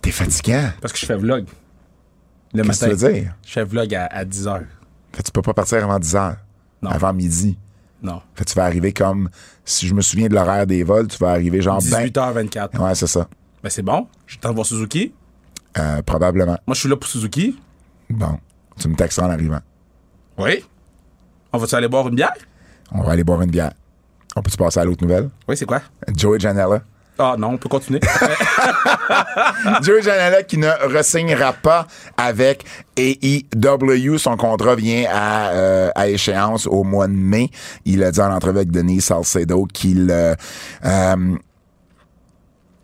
Speaker 2: T'es fatiguant.
Speaker 3: parce que je fais vlog. Le
Speaker 2: Qu'est-ce que tu veux dire?
Speaker 3: Je fais vlog à, à 10h.
Speaker 2: Fait que tu peux pas partir avant 10h.
Speaker 3: Non.
Speaker 2: Avant midi.
Speaker 3: Non.
Speaker 2: Fait que tu vas arriver comme, si je me souviens de l'horaire des vols, tu vas arriver genre ben-
Speaker 3: 18h24.
Speaker 2: Ouais, c'est ça.
Speaker 3: Ben, c'est bon. Je t'en voir Suzuki.
Speaker 2: Euh, probablement.
Speaker 3: Moi, je suis là pour Suzuki.
Speaker 2: Bon, tu me taxeras en arrivant.
Speaker 3: Oui. On va-tu aller boire une bière?
Speaker 2: On va aller boire une bière. On peut-tu passer à l'autre nouvelle?
Speaker 3: Oui, c'est quoi?
Speaker 2: Joey Janela.
Speaker 3: Ah non, on peut continuer.
Speaker 2: Joey Janela qui ne resignera pas avec AEW. Son contrat vient à, euh, à échéance au mois de mai. Il a dit en entrevue avec Denis Salcedo qu'il... euh, euh,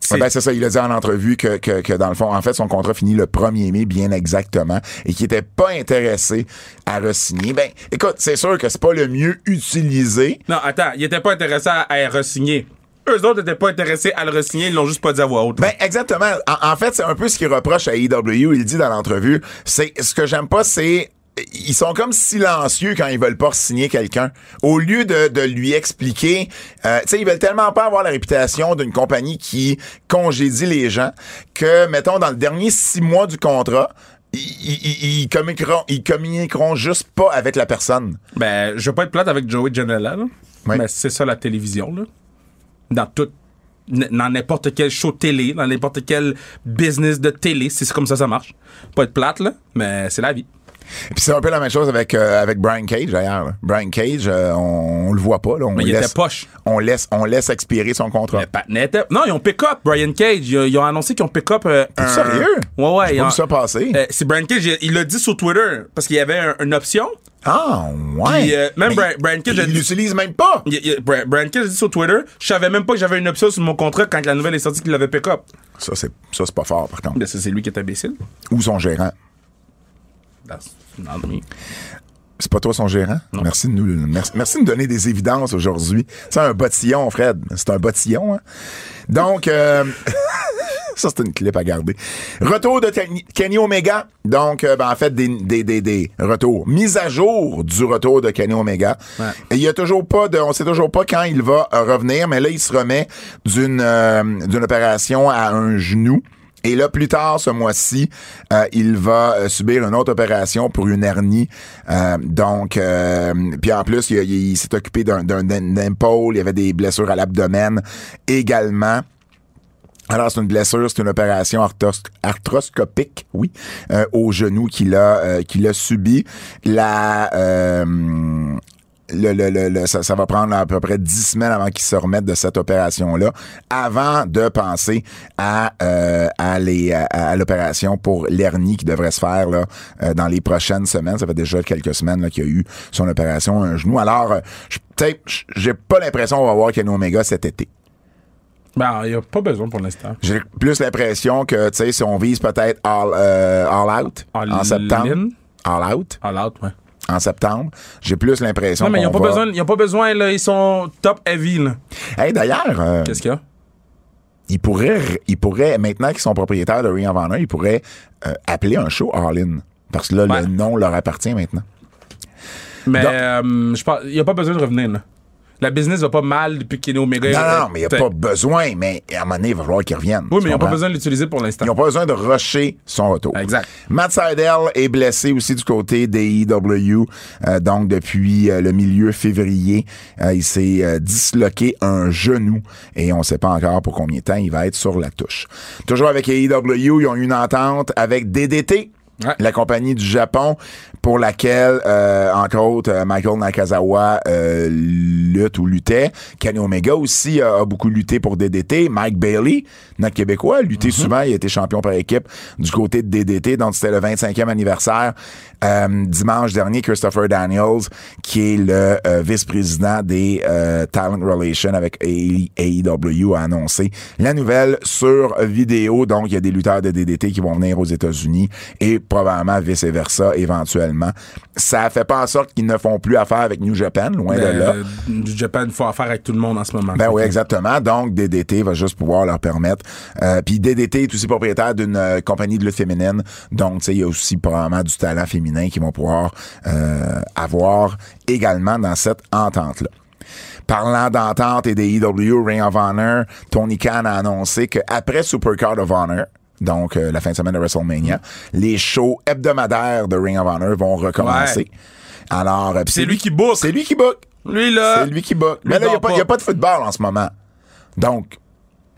Speaker 3: C'est-
Speaker 2: Ben, c'est ça, il a dit en entrevue que, que, que dans le fond, en fait, son contrat finit le 1er mai, bien exactement, et qu'il était pas intéressé à re-signer. Ben, écoute, c'est sûr que c'est pas le mieux utilisé.
Speaker 3: non, attends, ils étaient pas intéressés à, à re-signer. Eux autres n'étaient pas intéressés à le re-signer, ils l'ont juste pas dit à voix haute.
Speaker 2: Ben, exactement. En, en fait, c'est un peu ce qu'il reproche à AEW. Il dit dans l'entrevue, c'est ce que j'aime pas, c'est ils sont comme silencieux quand ils veulent pas signer quelqu'un. Au lieu de, de lui expliquer, euh, tu sais, ils veulent tellement pas avoir la réputation d'une compagnie qui congédie les gens que, mettons, dans le dernier six mois du contrat, ils, ils- ils- ils communiqueront, ils communiqueront juste pas avec la personne.
Speaker 3: Ben, je veux pas être plate avec Joey Janela, là.
Speaker 2: Oui.
Speaker 3: Mais c'est ça la télévision, là. Dans tout. n- Dans n'importe quel show télé, dans n'importe quel business de télé, c'est comme ça ça marche. Pas être plate, là, mais c'est la vie.
Speaker 2: Puis c'est un peu la même chose avec, euh, avec Brian Cage, d'ailleurs. là. Brian Cage, euh, on, on le voit pas. Là, on
Speaker 3: Mais il
Speaker 2: laisse,
Speaker 3: était poche.
Speaker 2: On laisse, on laisse expirer son contrat.
Speaker 3: Le patinet était- Non, ils ont pick-up Brian Cage. Ils ont, ils ont annoncé qu'ils ont pick-up. euh,
Speaker 2: T'es
Speaker 3: un-
Speaker 2: sérieux?
Speaker 3: Ouais, ouais.
Speaker 2: J'ai
Speaker 3: ils
Speaker 2: pas
Speaker 3: ont-
Speaker 2: vu ça passer.
Speaker 3: Euh, c'est Brian Cage, il- il l'a dit sur Twitter parce qu'il y avait un- une option.
Speaker 2: Ah, ouais.
Speaker 3: Puis, euh, même
Speaker 2: Mais
Speaker 3: Brian- Brian Cage a
Speaker 2: Il
Speaker 3: dit-
Speaker 2: l'utilise même pas.
Speaker 3: Il- il- Bra- Brian Cage a dit sur Twitter Je savais même pas que j'avais une option sur mon contrat quand la nouvelle est sortie qu'il l'avait pick-up.
Speaker 2: Ça, c'est ça, c'est pas fort, par contre.
Speaker 3: Ben, ça, c'est lui qui est imbécile.
Speaker 2: Ou son gérant.
Speaker 3: That's not me.
Speaker 2: C'est pas toi son gérant? Merci de nous, merci, merci de nous donner des évidences aujourd'hui. C'est un bottillon, Fred. C'est un bottillon, hein? Donc, euh, ça, c'est une clip à garder. Retour de Ten- Kenny Omega. Donc, euh, ben, en fait, des, des, des, des retours. Mise à jour du retour de Kenny Omega. Et il y a toujours pas de, on sait toujours pas quand il va euh, revenir, mais là, il se remet d'une, euh, d'une opération à un genou. Et là, plus tard ce mois-ci, euh, il va euh, subir une autre opération pour une hernie. Euh, donc, euh, puis en plus, il, il- il s'est occupé d'un- d'un d'un épaule. Il y avait des blessures à l'abdomen également. Alors, c'est une blessure, c'est une opération arthros- arthroscopique, oui, euh, au genou qu'il a, euh, qu'il a subi. La, euh, le, le- le- le- ça, ça va prendre à peu près 10 semaines avant qu'il se remette de cette opération-là, avant de penser à, euh, à, les- à- à l'opération pour l'hernie qui devrait se faire là, euh, dans les prochaines semaines. Ça fait déjà quelques semaines là, qu'il y a eu son opération à un genou. Alors, euh, je- peut-être, j'ai pas l'impression qu'on va voir Kenny Omega cet été.
Speaker 3: Ben, il n'y a pas besoin pour l'instant.
Speaker 2: J'ai plus l'impression que, tu sais, si on vise peut-être all, euh, all out
Speaker 3: All
Speaker 2: en septembre.
Speaker 3: in?
Speaker 2: All out
Speaker 3: All out, ouais.
Speaker 2: en septembre. J'ai plus l'impression.
Speaker 3: Non, mais ils
Speaker 2: qu'on
Speaker 3: n'ont pas
Speaker 2: va-
Speaker 3: besoin, ils ont pas besoin là, ils sont top heavy. Là.
Speaker 2: Hey, d'ailleurs, euh,
Speaker 3: Qu'est-ce qu'il y a
Speaker 2: ils, pourraient, ils pourraient, maintenant qu'ils sont propriétaires de Ring of Honor, ils pourraient euh, appeler un show All In. Parce que là,
Speaker 3: Ouais.
Speaker 2: le nom leur appartient maintenant.
Speaker 3: Mais
Speaker 2: Donc-
Speaker 3: euh, je pense, il n'y a pas besoin de revenir. Là. La business va pas mal depuis qu'il est Omega.
Speaker 2: Non, non, mais il n'y a pas besoin, mais à un moment donné, il va falloir qu'ils reviennent.
Speaker 3: euh, Oui,
Speaker 2: Tu
Speaker 3: mais ils n'ont pas
Speaker 2: comprends?
Speaker 3: besoin de l'utiliser pour l'instant.
Speaker 2: Ils n'ont pas besoin de rusher son retour.
Speaker 3: Exact.
Speaker 2: Matt Seidel est blessé aussi du côté des EW. euh, donc, depuis euh, le milieu février, euh, il s'est euh, disloqué un genou et on ne sait pas encore pour combien de temps il va être sur la touche. Toujours avec les EW, ils ont eu une entente avec DDT.
Speaker 3: Ouais.
Speaker 2: La compagnie du Japon pour laquelle, euh, entre autres, euh, Michael Nakazawa euh, lutte ou luttait. Kenny Omega aussi euh, a, a beaucoup lutté pour DDT. Mike Bailey, notre Québécois, a lutté souvent. Il a été champion par équipe du côté de DDT. Donc, c'était le 25e anniversaire. Euh, dimanche dernier, Christopher Daniels, qui est le euh, vice-président des euh, Talent Relations avec AEW, a annoncé la nouvelle sur vidéo. Donc, il y a des lutteurs de DDT qui vont venir aux États-Unis et probablement vice-versa éventuellement. Ça fait pas en sorte qu'ils ne font plus affaire avec New Japan, loin de là.
Speaker 3: Euh, du Japan, il faut affaire avec tout le monde en ce moment.
Speaker 2: Ben oui, exactement. Donc, DDT va juste pouvoir leur permettre. Euh, Puis DDT est aussi propriétaire d'une euh, compagnie de lutte féminine. Donc, tu sais, il y a aussi probablement du talent féminin qu'ils vont pouvoir euh, avoir également dans cette entente-là. Parlant d'entente et des EW, Ring of Honor, Tony Khan a annoncé qu'après Supercard of Honor, donc euh, la fin de semaine de WrestleMania,
Speaker 3: Mm-hmm.
Speaker 2: les shows hebdomadaires de Ring of Honor vont recommencer.
Speaker 3: Ouais.
Speaker 2: Alors, euh, puis
Speaker 3: C'est lui qui book.
Speaker 2: C'est lui qui book.
Speaker 3: Lui, là.
Speaker 2: C'est lui qui bat.
Speaker 3: Lui
Speaker 2: Mais là,
Speaker 3: bat
Speaker 2: il n'y a, pas de football en ce moment. Donc,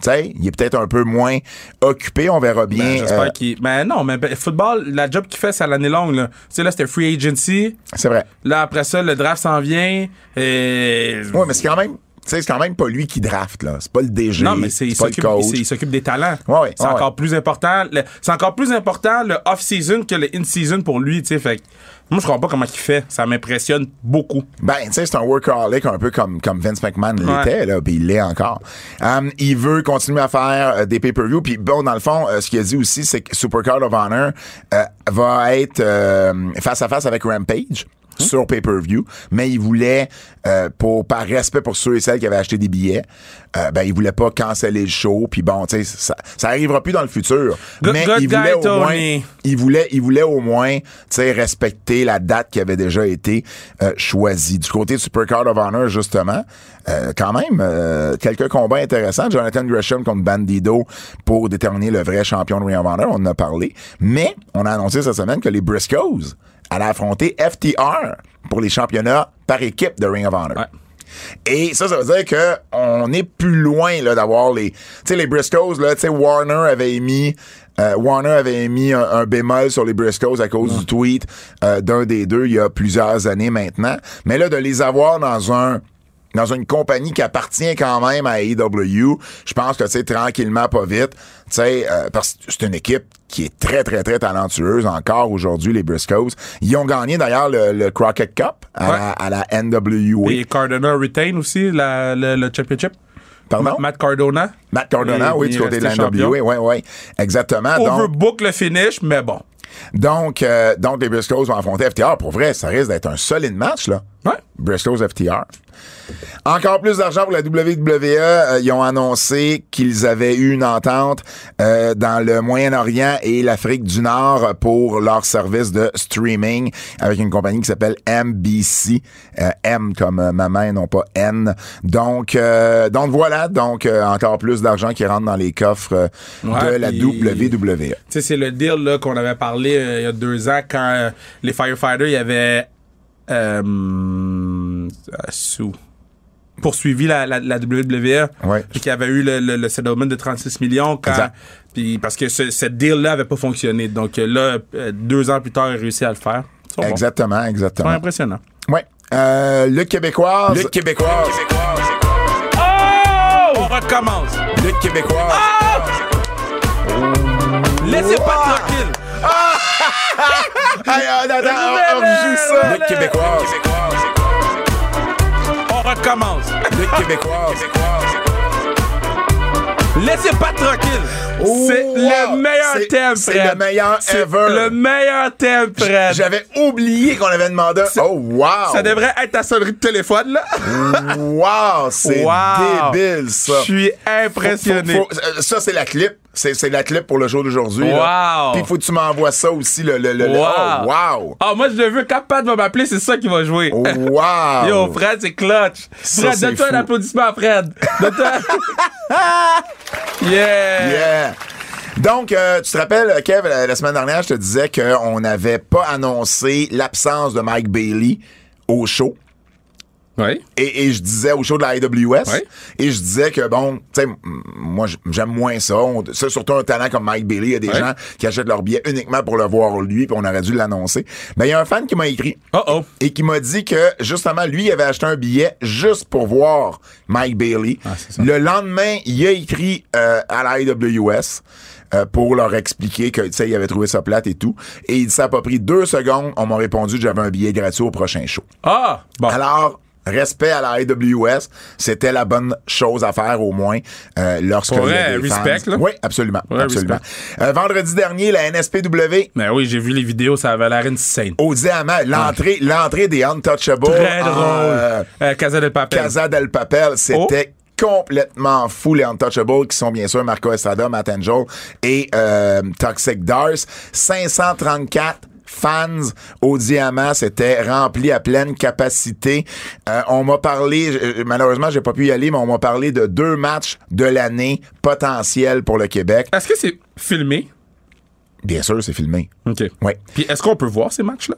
Speaker 2: tu sais, il est peut-être un peu moins occupé. On verra bien.
Speaker 3: Ben, J'espère
Speaker 2: euh,
Speaker 3: qu'il. Ben non, mais ben, football, la job qu'il fait, c'est à l'année longue. Là. Tu sais, là, c'était free agency.
Speaker 2: c'est vrai.
Speaker 3: Là, après ça, le draft s'en vient. Et...
Speaker 2: Oui, mais c'est quand même. Tu sais, c'est quand même pas lui qui draft, là. C'est pas le DG.
Speaker 3: Non, mais c'est, il,
Speaker 2: pas le
Speaker 3: s'occupe, il s- il
Speaker 2: coach.
Speaker 3: s'occupe des talents.
Speaker 2: Ouais, ouais,
Speaker 3: c'est
Speaker 2: ouais,
Speaker 3: encore
Speaker 2: ouais.
Speaker 3: plus important. le- c'est encore plus important le off-season que le in-season pour lui. tu sais. Fait que moi, je comprends pas comment il fait. Ça m'impressionne beaucoup.
Speaker 2: Ben, tu sais, c'est un workaholic un peu comme, comme Vince McMahon l'était, là, puis il l'est encore. Hum, il veut continuer à faire euh, des pay-per-views, puis bon, dans le fond, euh, ce qu'il a dit aussi, c'est que Supercard of Honor euh, va être euh, face à face avec Rampage
Speaker 3: Hein?
Speaker 2: sur pay-per-view, mais il voulait, euh, pour, par respect pour ceux et celles qui avaient acheté des billets, euh, ben, il voulait pas canceller le show, puis bon, tu sais, ça, ça arrivera plus dans le futur.
Speaker 3: Good-
Speaker 2: mais
Speaker 3: good
Speaker 2: il voulait
Speaker 3: guy,
Speaker 2: au moins
Speaker 3: Tony.
Speaker 2: il voulait, il voulait au moins, tu sais, respecter la date qui avait déjà été euh, choisie. Du côté du Supercard of Honor, justement, euh, quand même, euh, quelques combats intéressants. Jonathan Gresham contre Bandido pour déterminer le vrai champion de Ring of Honor, on en a parlé. Mais on a annoncé cette semaine que les Briscoes allaient affronter FTR pour les championnats par équipe de Ring of Honor.
Speaker 3: Ouais.
Speaker 2: Et ça, ça veut dire que on est plus loin là d'avoir les, tu sais, les Briscoes là, tu sais, Warner avait émis Euh, Warner avait mis un, un bémol sur les Briscoes à cause du tweet euh, d'un des deux il y a plusieurs années maintenant. Mais là, de les avoir dans un dans une compagnie qui appartient quand même à AEW, je pense que, tu sais, tranquillement, pas vite, tu sais, euh, parce que c'est une équipe qui est très, très, très talentueuse encore aujourd'hui, les Briscoes. Ils ont gagné, d'ailleurs, le, le Crockett Cup à, la, à la NWA.
Speaker 3: Et Cardona retain aussi la- le, le championship.
Speaker 2: Pardon?
Speaker 3: Ma- Matt Cardona.
Speaker 2: Matt Cardona,
Speaker 3: Il-
Speaker 2: oui,
Speaker 3: il
Speaker 2: du
Speaker 3: est
Speaker 2: côté de la
Speaker 3: resté champion.
Speaker 2: NWA, oui, oui. Exactement. Donc,
Speaker 3: Overbook le finish, mais bon.
Speaker 2: donc, euh, donc, les Briscoes vont affronter FTR. Pour vrai, ça risque d'être un solide match, là.
Speaker 3: Ouais.
Speaker 2: Briscoes FTR. Encore plus d'argent pour la WWE. Euh, ils ont annoncé qu'ils avaient eu une entente euh, dans le Moyen-Orient et l'Afrique du Nord pour leur service de streaming avec une compagnie qui s'appelle MBC. Euh, M comme euh, ma main, non pas N. Donc, euh, donc voilà. Donc, euh, encore plus d'argent qui rentre dans les coffres euh, de
Speaker 3: Ouais,
Speaker 2: la E.
Speaker 3: puis-
Speaker 2: WWE.
Speaker 3: Tu sais, c'est le deal là, qu'on avait parlé euh, il y a deux ans quand euh, les firefighters, il y avait euh, ah, sous- poursuivi la, la, la WWE.
Speaker 2: Ouais.
Speaker 3: Puis qu'il y avait eu le, le- le settlement de 36 millions quand,
Speaker 2: Exact.
Speaker 3: puis parce que ce, cette deal-là avait pas fonctionné. Donc euh, là, euh, deux ans plus tard, il a réussi à le faire. C'est bon.
Speaker 2: Exactement, exactement.
Speaker 3: Vraiment impressionnant.
Speaker 2: Ouais. Euh, le Québécois.
Speaker 3: Lutte québécoise.
Speaker 2: Le Québécois.
Speaker 3: Oh! On recommence.
Speaker 2: Lutte québécoise.
Speaker 3: Oh! Laissez pas tranquille.
Speaker 2: Hey, euh, attends, on- on
Speaker 3: Nouvelle,
Speaker 2: rejoue ça.
Speaker 3: nouvelle.
Speaker 2: Lutte québécoise.
Speaker 3: On recommence.
Speaker 2: Lutte québécoise.
Speaker 3: Laissez pas tranquille.
Speaker 2: Oh,
Speaker 3: c'est
Speaker 2: wow.
Speaker 3: le meilleur
Speaker 2: C'est-
Speaker 3: thème, Fred.
Speaker 2: c'est le meilleur
Speaker 3: C'est
Speaker 2: ever.
Speaker 3: Le meilleur thème, Fred.
Speaker 2: J'avais oublié qu'on avait demandé. Oh, wow!
Speaker 3: Ça devrait être ta sonnerie de téléphone, là.
Speaker 2: Wow! C'est
Speaker 3: Wow.
Speaker 2: débile, ça.
Speaker 3: Je suis impressionné.
Speaker 2: Faut- faut- euh, ça, c'est la clip. C'est c'est la clip pour le jour d'aujourd'hui. là.
Speaker 3: Wow.
Speaker 2: Puis il faut que tu m'envoies ça aussi. Le, le, le, le-
Speaker 3: Wow.
Speaker 2: Oh,
Speaker 3: Ah, moi, je le veux. Quand Pat va m'appeler, c'est ça qui va jouer.
Speaker 2: wow! Wow!
Speaker 3: Yo, Fred, c'est clutch.
Speaker 2: Ça,
Speaker 3: Fred,
Speaker 2: c'est
Speaker 3: donne-toi
Speaker 2: fou.
Speaker 3: un applaudissement à Fred. Donne-toi. yeah.
Speaker 2: Yeah. Donc, euh, tu te rappelles, Kev, la, la semaine dernière, je te disais qu'on n'avait pas annoncé l'absence de Mike Bailey au show.
Speaker 3: Oui.
Speaker 2: Et, et je disais au show de la IWS,
Speaker 3: Ouais.
Speaker 2: et je disais que bon, tu sais, m- moi j- j'aime moins ça. On- ça, surtout un talent comme Mike Bailey, il y a des
Speaker 3: Ouais.
Speaker 2: gens qui achètent leur billet uniquement pour le voir lui, puis on aurait dû l'annoncer. Mais il y a un fan qui m'a écrit
Speaker 3: Oh, oh.
Speaker 2: et qui m'a dit que justement lui il avait acheté un billet juste pour voir Mike Bailey.
Speaker 3: Ah, c'est ça.
Speaker 2: le lendemain, il a écrit euh, à la IWS euh, pour leur expliquer que tu sais il avait trouvé ça plate et tout et il dit, ça a pas pris deux secondes, on m'a répondu que j'avais un billet gratuit au prochain show.
Speaker 3: Ah, bon.
Speaker 2: Alors respect à la AWS, c'était la bonne chose à faire au moins euh, lorsque
Speaker 3: Pour
Speaker 2: il y a
Speaker 3: vrai,
Speaker 2: des fans-
Speaker 3: respect, là.
Speaker 2: Oui, absolument,
Speaker 3: Ouais,
Speaker 2: absolument. Euh, vendredi dernier, la NSPW
Speaker 3: Ben oui, j'ai vu les vidéos, ça avait l'air insane.
Speaker 2: au diamant, l'entrée l'entrée des Untouchables
Speaker 3: Ah. Très
Speaker 2: en,
Speaker 3: drôle.
Speaker 2: euh,
Speaker 3: Euh, Casa del Papel.
Speaker 2: Casa del Papel, c'était complètement fou les Untouchables qui sont bien sûr Marco Estrada, Matt Angel et euh, Toxic Dars. 534 fans au diamant, c'était rempli à pleine capacité. Euh, on m'a parlé, je- euh, malheureusement j'ai pas pu y aller, mais on m'a parlé de deux matchs de l'année potentiels pour le Québec.
Speaker 3: Est-ce que c'est filmé?
Speaker 2: Bien sûr, c'est filmé.
Speaker 3: OK.
Speaker 2: Oui.
Speaker 3: Puis est-ce qu'on peut voir ces matchs-là?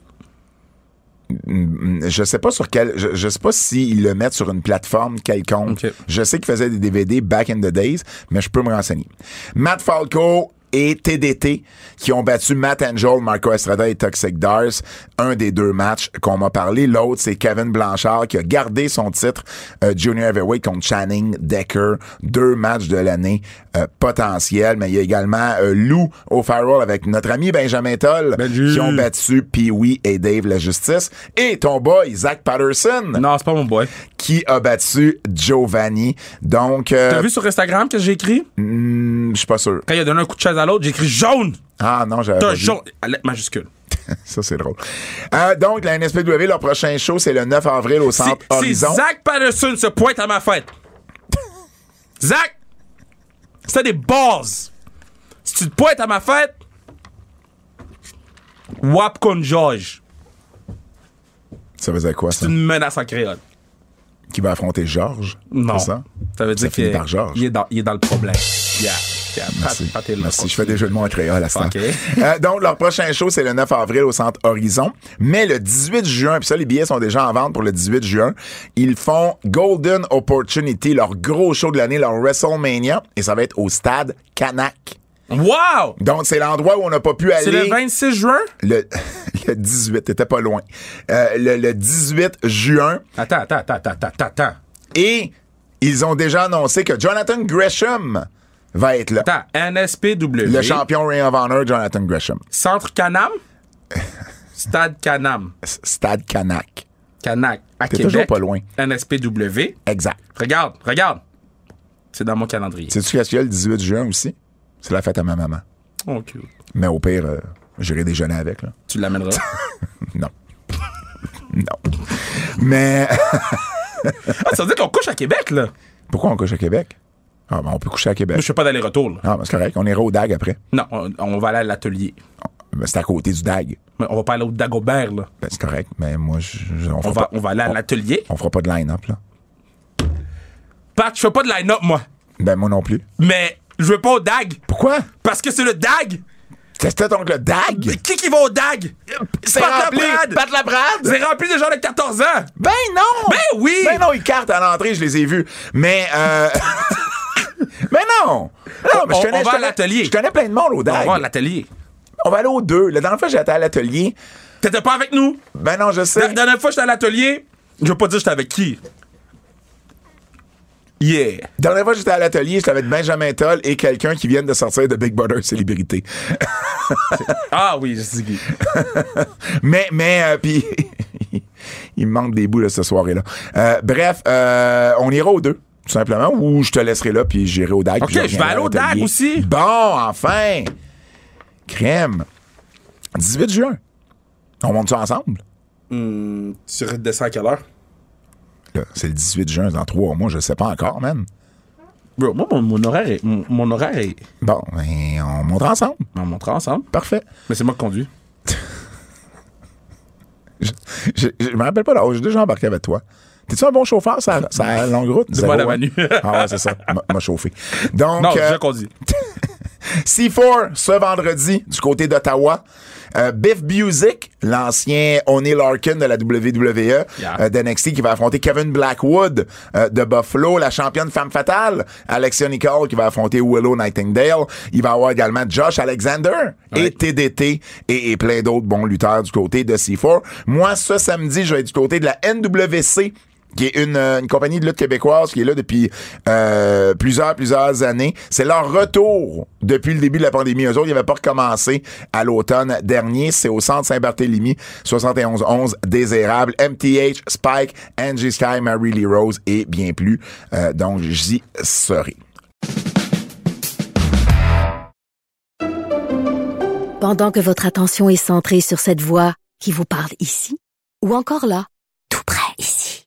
Speaker 2: je sais pas sur quel je, je sais pas s'ils le mettent sur une plateforme quelconque.
Speaker 3: Ok.
Speaker 2: Je sais qu'ils faisaient des DVD back in the days, mais je peux me renseigner. Matt Falco et TDT qui ont battu Matt Angel, Marco Estrada et Toxic Dars, un des deux matchs qu'on m'a parlé. L'autre, c'est Kevin Blanchard qui a gardé son titre euh, Junior Heavyweight contre Channing Decker. Deux matchs de l'année euh, potentiels, mais il y a également euh, Lou O'Farrell avec notre ami Benjamin Toll
Speaker 3: Benji.
Speaker 2: qui ont battu Pee-Wee et Dave la Justice. Et ton boy, Zach Patterson,
Speaker 3: Non, c'est pas mon boy.
Speaker 2: qui a battu Giovanni. Donc, euh,
Speaker 3: T'as vu sur Instagram que j'ai écrit?
Speaker 2: hmm, je suis pas sûr.
Speaker 3: Quand il a donné un coup de chaise à l'autre, j'ai écrit jaune!
Speaker 2: Ah non, j'avais
Speaker 3: T'as
Speaker 2: pas vu.
Speaker 3: jaune! À lettre majuscule.
Speaker 2: Ça, c'est drôle. Euh, donc, la NSPW, leur prochain show, c'est le 9 avril au Centre
Speaker 3: Si- Si
Speaker 2: Horizon.
Speaker 3: Zach Patterson se pointe à ma fête, Zach, c'est des bases. Si tu te pointes à ma fête, wap contre George.
Speaker 2: Ça veut dire quoi, ça?
Speaker 3: C'est une menace en créole.
Speaker 2: Qui va affronter Georges?
Speaker 3: Non.
Speaker 2: C'est ça?
Speaker 3: veut dire
Speaker 2: finit
Speaker 3: qu'il
Speaker 2: par George.
Speaker 3: il est, dans, il est dans le problème. Yeah. yeah.
Speaker 2: Merci.
Speaker 3: Pat- Pat est là.
Speaker 2: Merci. Je fais des jeux de mots en créole à ce temps.
Speaker 3: Ok.
Speaker 2: Euh, donc, leur prochain show, c'est le 9 avril au Centre Horizon. Mais le 18 juin, puis ça, les billets sont déjà en vente pour le 18 juin, ils font Golden Opportunity, leur gros show de l'année, leur WrestleMania, et ça va être au stade Canac.
Speaker 3: Wow!
Speaker 2: Donc, c'est l'endroit où on n'a pas pu aller.
Speaker 3: C'est le 26 juin?
Speaker 2: le, le 18, t'étais pas loin. Euh, le, le 18 juin.
Speaker 3: Attends, attends, attends, attends, attends, attends.
Speaker 2: Et ils ont déjà annoncé que Jonathan Gresham va être là.
Speaker 3: Attends, NSPW.
Speaker 2: Le champion Ring of Honor, Jonathan Gresham.
Speaker 3: Centre Canam? Stade Canam.
Speaker 2: S- Stade Canac.
Speaker 3: Canac. À
Speaker 2: T'es
Speaker 3: Québec.
Speaker 2: toujours pas loin.
Speaker 3: NSPW.
Speaker 2: Exact.
Speaker 3: Regarde, regarde. C'est dans mon calendrier.
Speaker 2: Sais-tu qu'est-ce qu'il y a le 18 juin aussi? C'est la fête à ma maman.
Speaker 3: Oh, cute.
Speaker 2: Mais au pire, euh, j'irai déjeuner avec, là.
Speaker 3: Tu l'amèneras.
Speaker 2: Non. non. Mais
Speaker 3: ah, ça veut dire qu'on couche à Québec, là. Moi,
Speaker 2: pourquoi on couche à Québec? Ah, ben on peut coucher à Québec.
Speaker 3: je fais pas d'aller-retour, là.
Speaker 2: Ah, ben c'est correct. On ira au DAG après.
Speaker 3: Non, on, on va aller à l'atelier.
Speaker 2: Ben, c'est à côté du DAG.
Speaker 3: Mais On va pas aller au Dagobert, là.
Speaker 2: Ben, c'est correct. Mais moi, je, je- on,
Speaker 3: On
Speaker 2: fera
Speaker 3: va,
Speaker 2: pas-
Speaker 3: on va aller à
Speaker 2: on-
Speaker 3: l'atelier.
Speaker 2: On fera pas de line-up, là.
Speaker 3: Pat, je fais pas de line-up, moi.
Speaker 2: Ben, moi non plus.
Speaker 3: Mais je veux pas au DAG.
Speaker 2: Pourquoi?
Speaker 3: Parce que c'est le DAG.
Speaker 2: C'était donc le
Speaker 3: Mais
Speaker 2: DAG?
Speaker 3: qui qui va au DAG?
Speaker 2: C'est
Speaker 3: Pat
Speaker 2: rempli.
Speaker 3: Laprade.
Speaker 2: Pat Laprade.
Speaker 3: C'est rempli de gens de 14 ans.
Speaker 2: Ben non!
Speaker 3: Ben oui!
Speaker 2: Ben non, ils cartent à l'entrée, je les ai vus. Mais, euh... mais non! Non, mais
Speaker 3: On-
Speaker 2: je connais,
Speaker 3: on va
Speaker 2: je
Speaker 3: à
Speaker 2: connais-
Speaker 3: l'atelier.
Speaker 2: Je connais plein de monde au
Speaker 3: On
Speaker 2: DAG.
Speaker 3: va à l'atelier.
Speaker 2: On va aller aux deux. La dernière fois, j'étais à l'atelier.
Speaker 3: T'étais pas avec nous?
Speaker 2: Ben non, je
Speaker 3: La
Speaker 2: sais.
Speaker 3: la dernière fois, j'étais à l'atelier. Je veux pas dire j'étais avec qui. Yeah.
Speaker 2: Dernière fois, j'étais à l'atelier, j'étais avec Benjamin Toll et quelqu'un qui vient de sortir de Big Brother Célébrité.
Speaker 3: Ah oui, je dis qui.
Speaker 2: Mais, mais, euh, puis, il me manque des bouts de cette soirée-là. Euh, bref, euh, on ira aux deux, tout simplement, ou je te laisserai là, puis j'irai au DAG. puis
Speaker 3: Ok, je vais
Speaker 2: reviendrai
Speaker 3: aller au
Speaker 2: à
Speaker 3: DAG
Speaker 2: l'atelier.
Speaker 3: aussi.
Speaker 2: Bon, enfin! Crème. 18 juin. On monte ça ensemble?
Speaker 3: Tu redescends à quelle heure?
Speaker 2: Là, c'est le 18 juin, dans trois mois, je sais pas encore, man.
Speaker 3: Bro, moi, mon, mon horaire est. Mon, mon horaire est.
Speaker 2: Bon, ben, on monte ensemble.
Speaker 3: On montera ensemble.
Speaker 2: Parfait.
Speaker 3: Mais c'est moi qui conduis.
Speaker 2: Je, je, je me rappelle pas là. J'ai déjà embarqué avec toi. T'es-tu un bon chauffeur, ça, ça longue route?
Speaker 3: Dis-moi
Speaker 2: Zéro,
Speaker 3: la
Speaker 2: hein?
Speaker 3: Manu.
Speaker 2: Ah ouais, c'est ça. M'a- M'a chauffé. Donc,
Speaker 3: Non,
Speaker 2: euh,
Speaker 3: je conduis.
Speaker 2: C4 ce vendredi du côté d'Ottawa. Euh, Biff Music, l'ancien O'Neill Larkin de la WWE
Speaker 3: Yeah.
Speaker 2: euh, d'NXT qui va affronter Kevin Blackwood euh, de Buffalo, la championne femme fatale, Alexia Nicole qui va affronter Willow Nightingale. Il va y avoir également Josh Alexander
Speaker 3: Ouais.
Speaker 2: et TDT et, et plein d'autres bons lutteurs du côté de C4. Moi, ce samedi, je vais être du côté de la NWC qui est une, euh, une compagnie de lutte québécoise qui est là depuis euh, plusieurs, plusieurs années. C'est leur retour depuis le début de la pandémie. Eux autres, ils n'avaient pas recommencé à l'automne dernier. C'est au centre Saint-Barthélemy, 7111 Désérable, MTH, Spike, Angie Sky, Mary Lee Rose et bien plus. Euh, donc, j'y serai.
Speaker 4: Pendant que votre attention est centrée sur cette voix qui vous parle ici, ou encore là, tout près ici,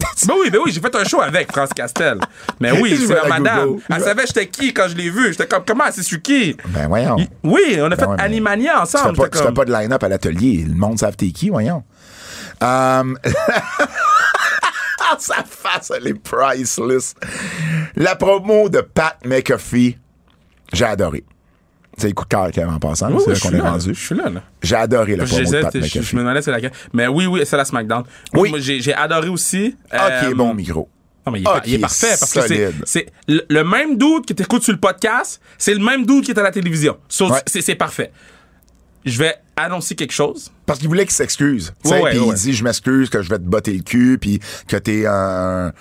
Speaker 3: Ben oui, ben oui, j'ai fait un show avec France Castel. Mais oui,
Speaker 2: Je
Speaker 3: c'est
Speaker 2: vois
Speaker 3: la
Speaker 2: la
Speaker 3: madame.
Speaker 2: Google.
Speaker 3: Elle savait j'étais qui quand je l'ai vu. J'étais comme, comment, c'est sur qui?
Speaker 2: Ben voyons.
Speaker 3: Il- Oui, on a fait
Speaker 2: ouais, mais
Speaker 3: Animania
Speaker 2: Tu fais
Speaker 3: ensemble.
Speaker 2: pas,
Speaker 3: J'étais
Speaker 2: tu fais
Speaker 3: comme-
Speaker 2: pas de line-up à l'atelier. Le monde savent t'es qui, voyons. Euh, Sa face, elle est priceless. La promo de Pat McAfee, j'ai adoré. C'est le coup de cœur qu'il y avait en passant.
Speaker 3: Oui, oui,
Speaker 2: c'est
Speaker 3: je
Speaker 2: là qu'on
Speaker 3: suis
Speaker 2: est
Speaker 3: là,
Speaker 2: rendu.
Speaker 3: Je suis là, là.
Speaker 2: J'ai adoré la promo de
Speaker 3: J'essaie,
Speaker 2: Pat
Speaker 3: je, je
Speaker 2: McAfee.
Speaker 3: me demandais c'est laquelle. Mais oui, oui, c'est la SmackDown. Moi,
Speaker 2: Oui.
Speaker 3: moi, j'ai, j'ai adoré aussi.
Speaker 2: Ok,
Speaker 3: euh,
Speaker 2: bon micro.
Speaker 3: Non, mais il est, par-
Speaker 2: Ok,
Speaker 3: il est parfait parce
Speaker 2: Ah, solide.
Speaker 3: que c'est, c'est le, le même doute qui t'écoute sur le podcast, c'est le même doute qui est à la télévision. So,
Speaker 2: Ouais.
Speaker 3: c'est, c'est parfait. Je vais annoncer quelque chose.
Speaker 2: Parce qu'il voulait qu'il s'excuse. Tu sais,
Speaker 3: Ouais, ouais,
Speaker 2: puis
Speaker 3: ouais.
Speaker 2: il dit je m'excuse que je vais te botter le cul, puis que t'es un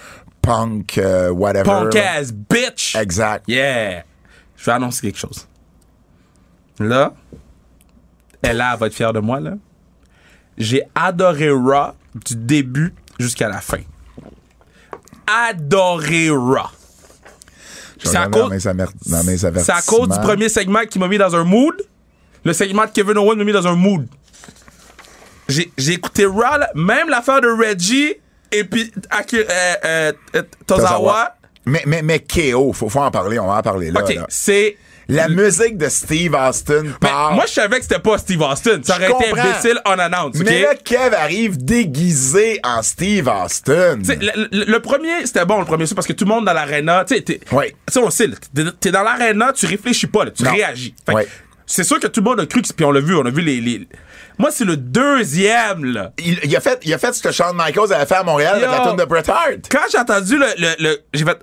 Speaker 2: punk, euh, whatever.
Speaker 3: Punk ass bitch!
Speaker 2: Exact.
Speaker 3: Yeah! Je vais annoncer quelque chose. Là, elle elle va être fière de moi, là. J'ai adoré Raw du début jusqu'à la fin. Adoré Raw.
Speaker 2: Je
Speaker 3: C'est à
Speaker 2: regardais dans
Speaker 3: cause-
Speaker 2: mes amer- dans mes
Speaker 3: C'est à cause du
Speaker 2: avertissements.
Speaker 3: premier segment qui m'a mis dans un mood. Le segment de Kevin Owens m'a mis dans un mood. J'ai j'ai écouté Raw, là, même l'affaire de Reggie et puis Aki- euh, euh, euh, Tozawa.
Speaker 2: Mais, mais, mais KO, faut, faut en parler, on va en parler là.
Speaker 3: Ok,
Speaker 2: là.
Speaker 3: c'est.
Speaker 2: La musique de Steve Austin
Speaker 3: Mais
Speaker 2: part.
Speaker 3: Moi, je savais que c'était pas Steve Austin. Ça
Speaker 2: Je
Speaker 3: aurait été
Speaker 2: comprends.
Speaker 3: imbécile on annonce. ok?
Speaker 2: Mais là, Kev arrive déguisé en Steve Austin.
Speaker 3: Tu sais, le, le- le premier, c'était bon, le premier, c'est parce que tout le monde dans l'aréna, tu sais, t'es-
Speaker 2: Ouais.
Speaker 3: tu sais, on sait, là, t'es- t'es dans l'aréna, tu réfléchis pas, là, tu
Speaker 2: Non.
Speaker 3: réagis. Fait que
Speaker 2: Ouais.
Speaker 3: C'est sûr que tout le monde a cru, que- puis on l'a vu, on a vu les. les- Moi, c'est le deuxième, là.
Speaker 2: Il, il a fait, il a fait ce que Shawn Michaels avait fait à Montréal
Speaker 3: Yo.
Speaker 2: avec la tune de Bret Hart.
Speaker 3: Quand j'ai entendu le. le- le- j'ai fait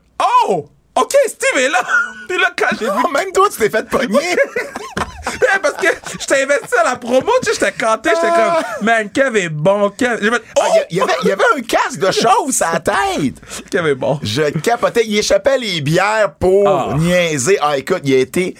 Speaker 3: Oh! OK, Steve est là! Puis là, quand j'ai vu.
Speaker 2: Oh, même toi, tu t'es fait pogner.
Speaker 3: Ouais, parce que j'étais investi à la promo, tu sais, j'étais canté, j'étais comme, man, Kev est bon, Kev. J'ai fait, oh!
Speaker 2: Ah, il, y avait, il y avait un casque de chauve à la tête.
Speaker 3: Kev est bon.
Speaker 2: Je capotais. Il échappait les bières pour
Speaker 3: Ah.
Speaker 2: niaiser. Ah, écoute, il a été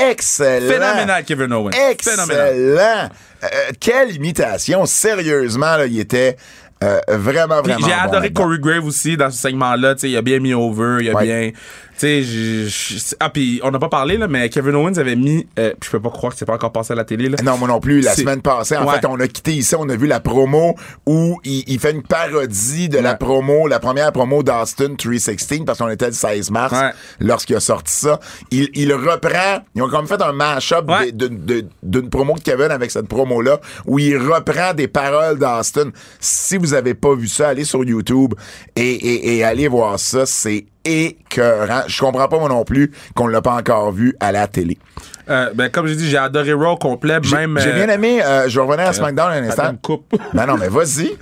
Speaker 2: excellent.
Speaker 3: Phénoménal, Kevin Owens. Phénoménal.
Speaker 2: Excellent. Euh, quelle imitation. Sérieusement, là, il était euh, vraiment,
Speaker 3: Puis
Speaker 2: vraiment.
Speaker 3: J'ai
Speaker 2: bon
Speaker 3: adoré
Speaker 2: là-dedans.
Speaker 3: Corey Grave aussi dans ce segment-là. Tu sais, il a bien mis over, il a
Speaker 2: Ouais.
Speaker 3: bien. Tu sais, j'ai- j'ai- ah, puis on n'a pas parlé, là, mais Kevin Owens avait mis. euh, puis je peux pas croire que c'est pas encore passé à la télé, là.
Speaker 2: Ah Non, moi non plus. La
Speaker 3: C'est-
Speaker 2: semaine passée, en
Speaker 3: Ouais.
Speaker 2: fait, on a quitté ici, on a vu la promo où il, il fait une parodie de la
Speaker 3: Ouais.
Speaker 2: promo, la première promo d'Austin 316, parce qu'on était le 16 mars
Speaker 3: Ouais.
Speaker 2: lorsqu'il a sorti ça. Il, il reprend, ils ont comme fait un mash-up
Speaker 3: Ouais.
Speaker 2: des- de- de- d'une promo de Kevin avec cette promo-là, où il reprend des paroles d'Austin. Si vous avez pas vu ça, allez sur YouTube et, et- et allez voir ça. C'est écœurant. Je comprends pas, moi non plus, qu'on l'a pas encore vu à la télé.
Speaker 3: Euh, ben, comme j'ai dit, j'ai adoré Raw au complet,
Speaker 2: J'ai
Speaker 3: même.
Speaker 2: j'ai bien aimé, euh, je vais revenir à SmackDown un instant.
Speaker 3: me coupe.
Speaker 2: Ben non, mais vas-y.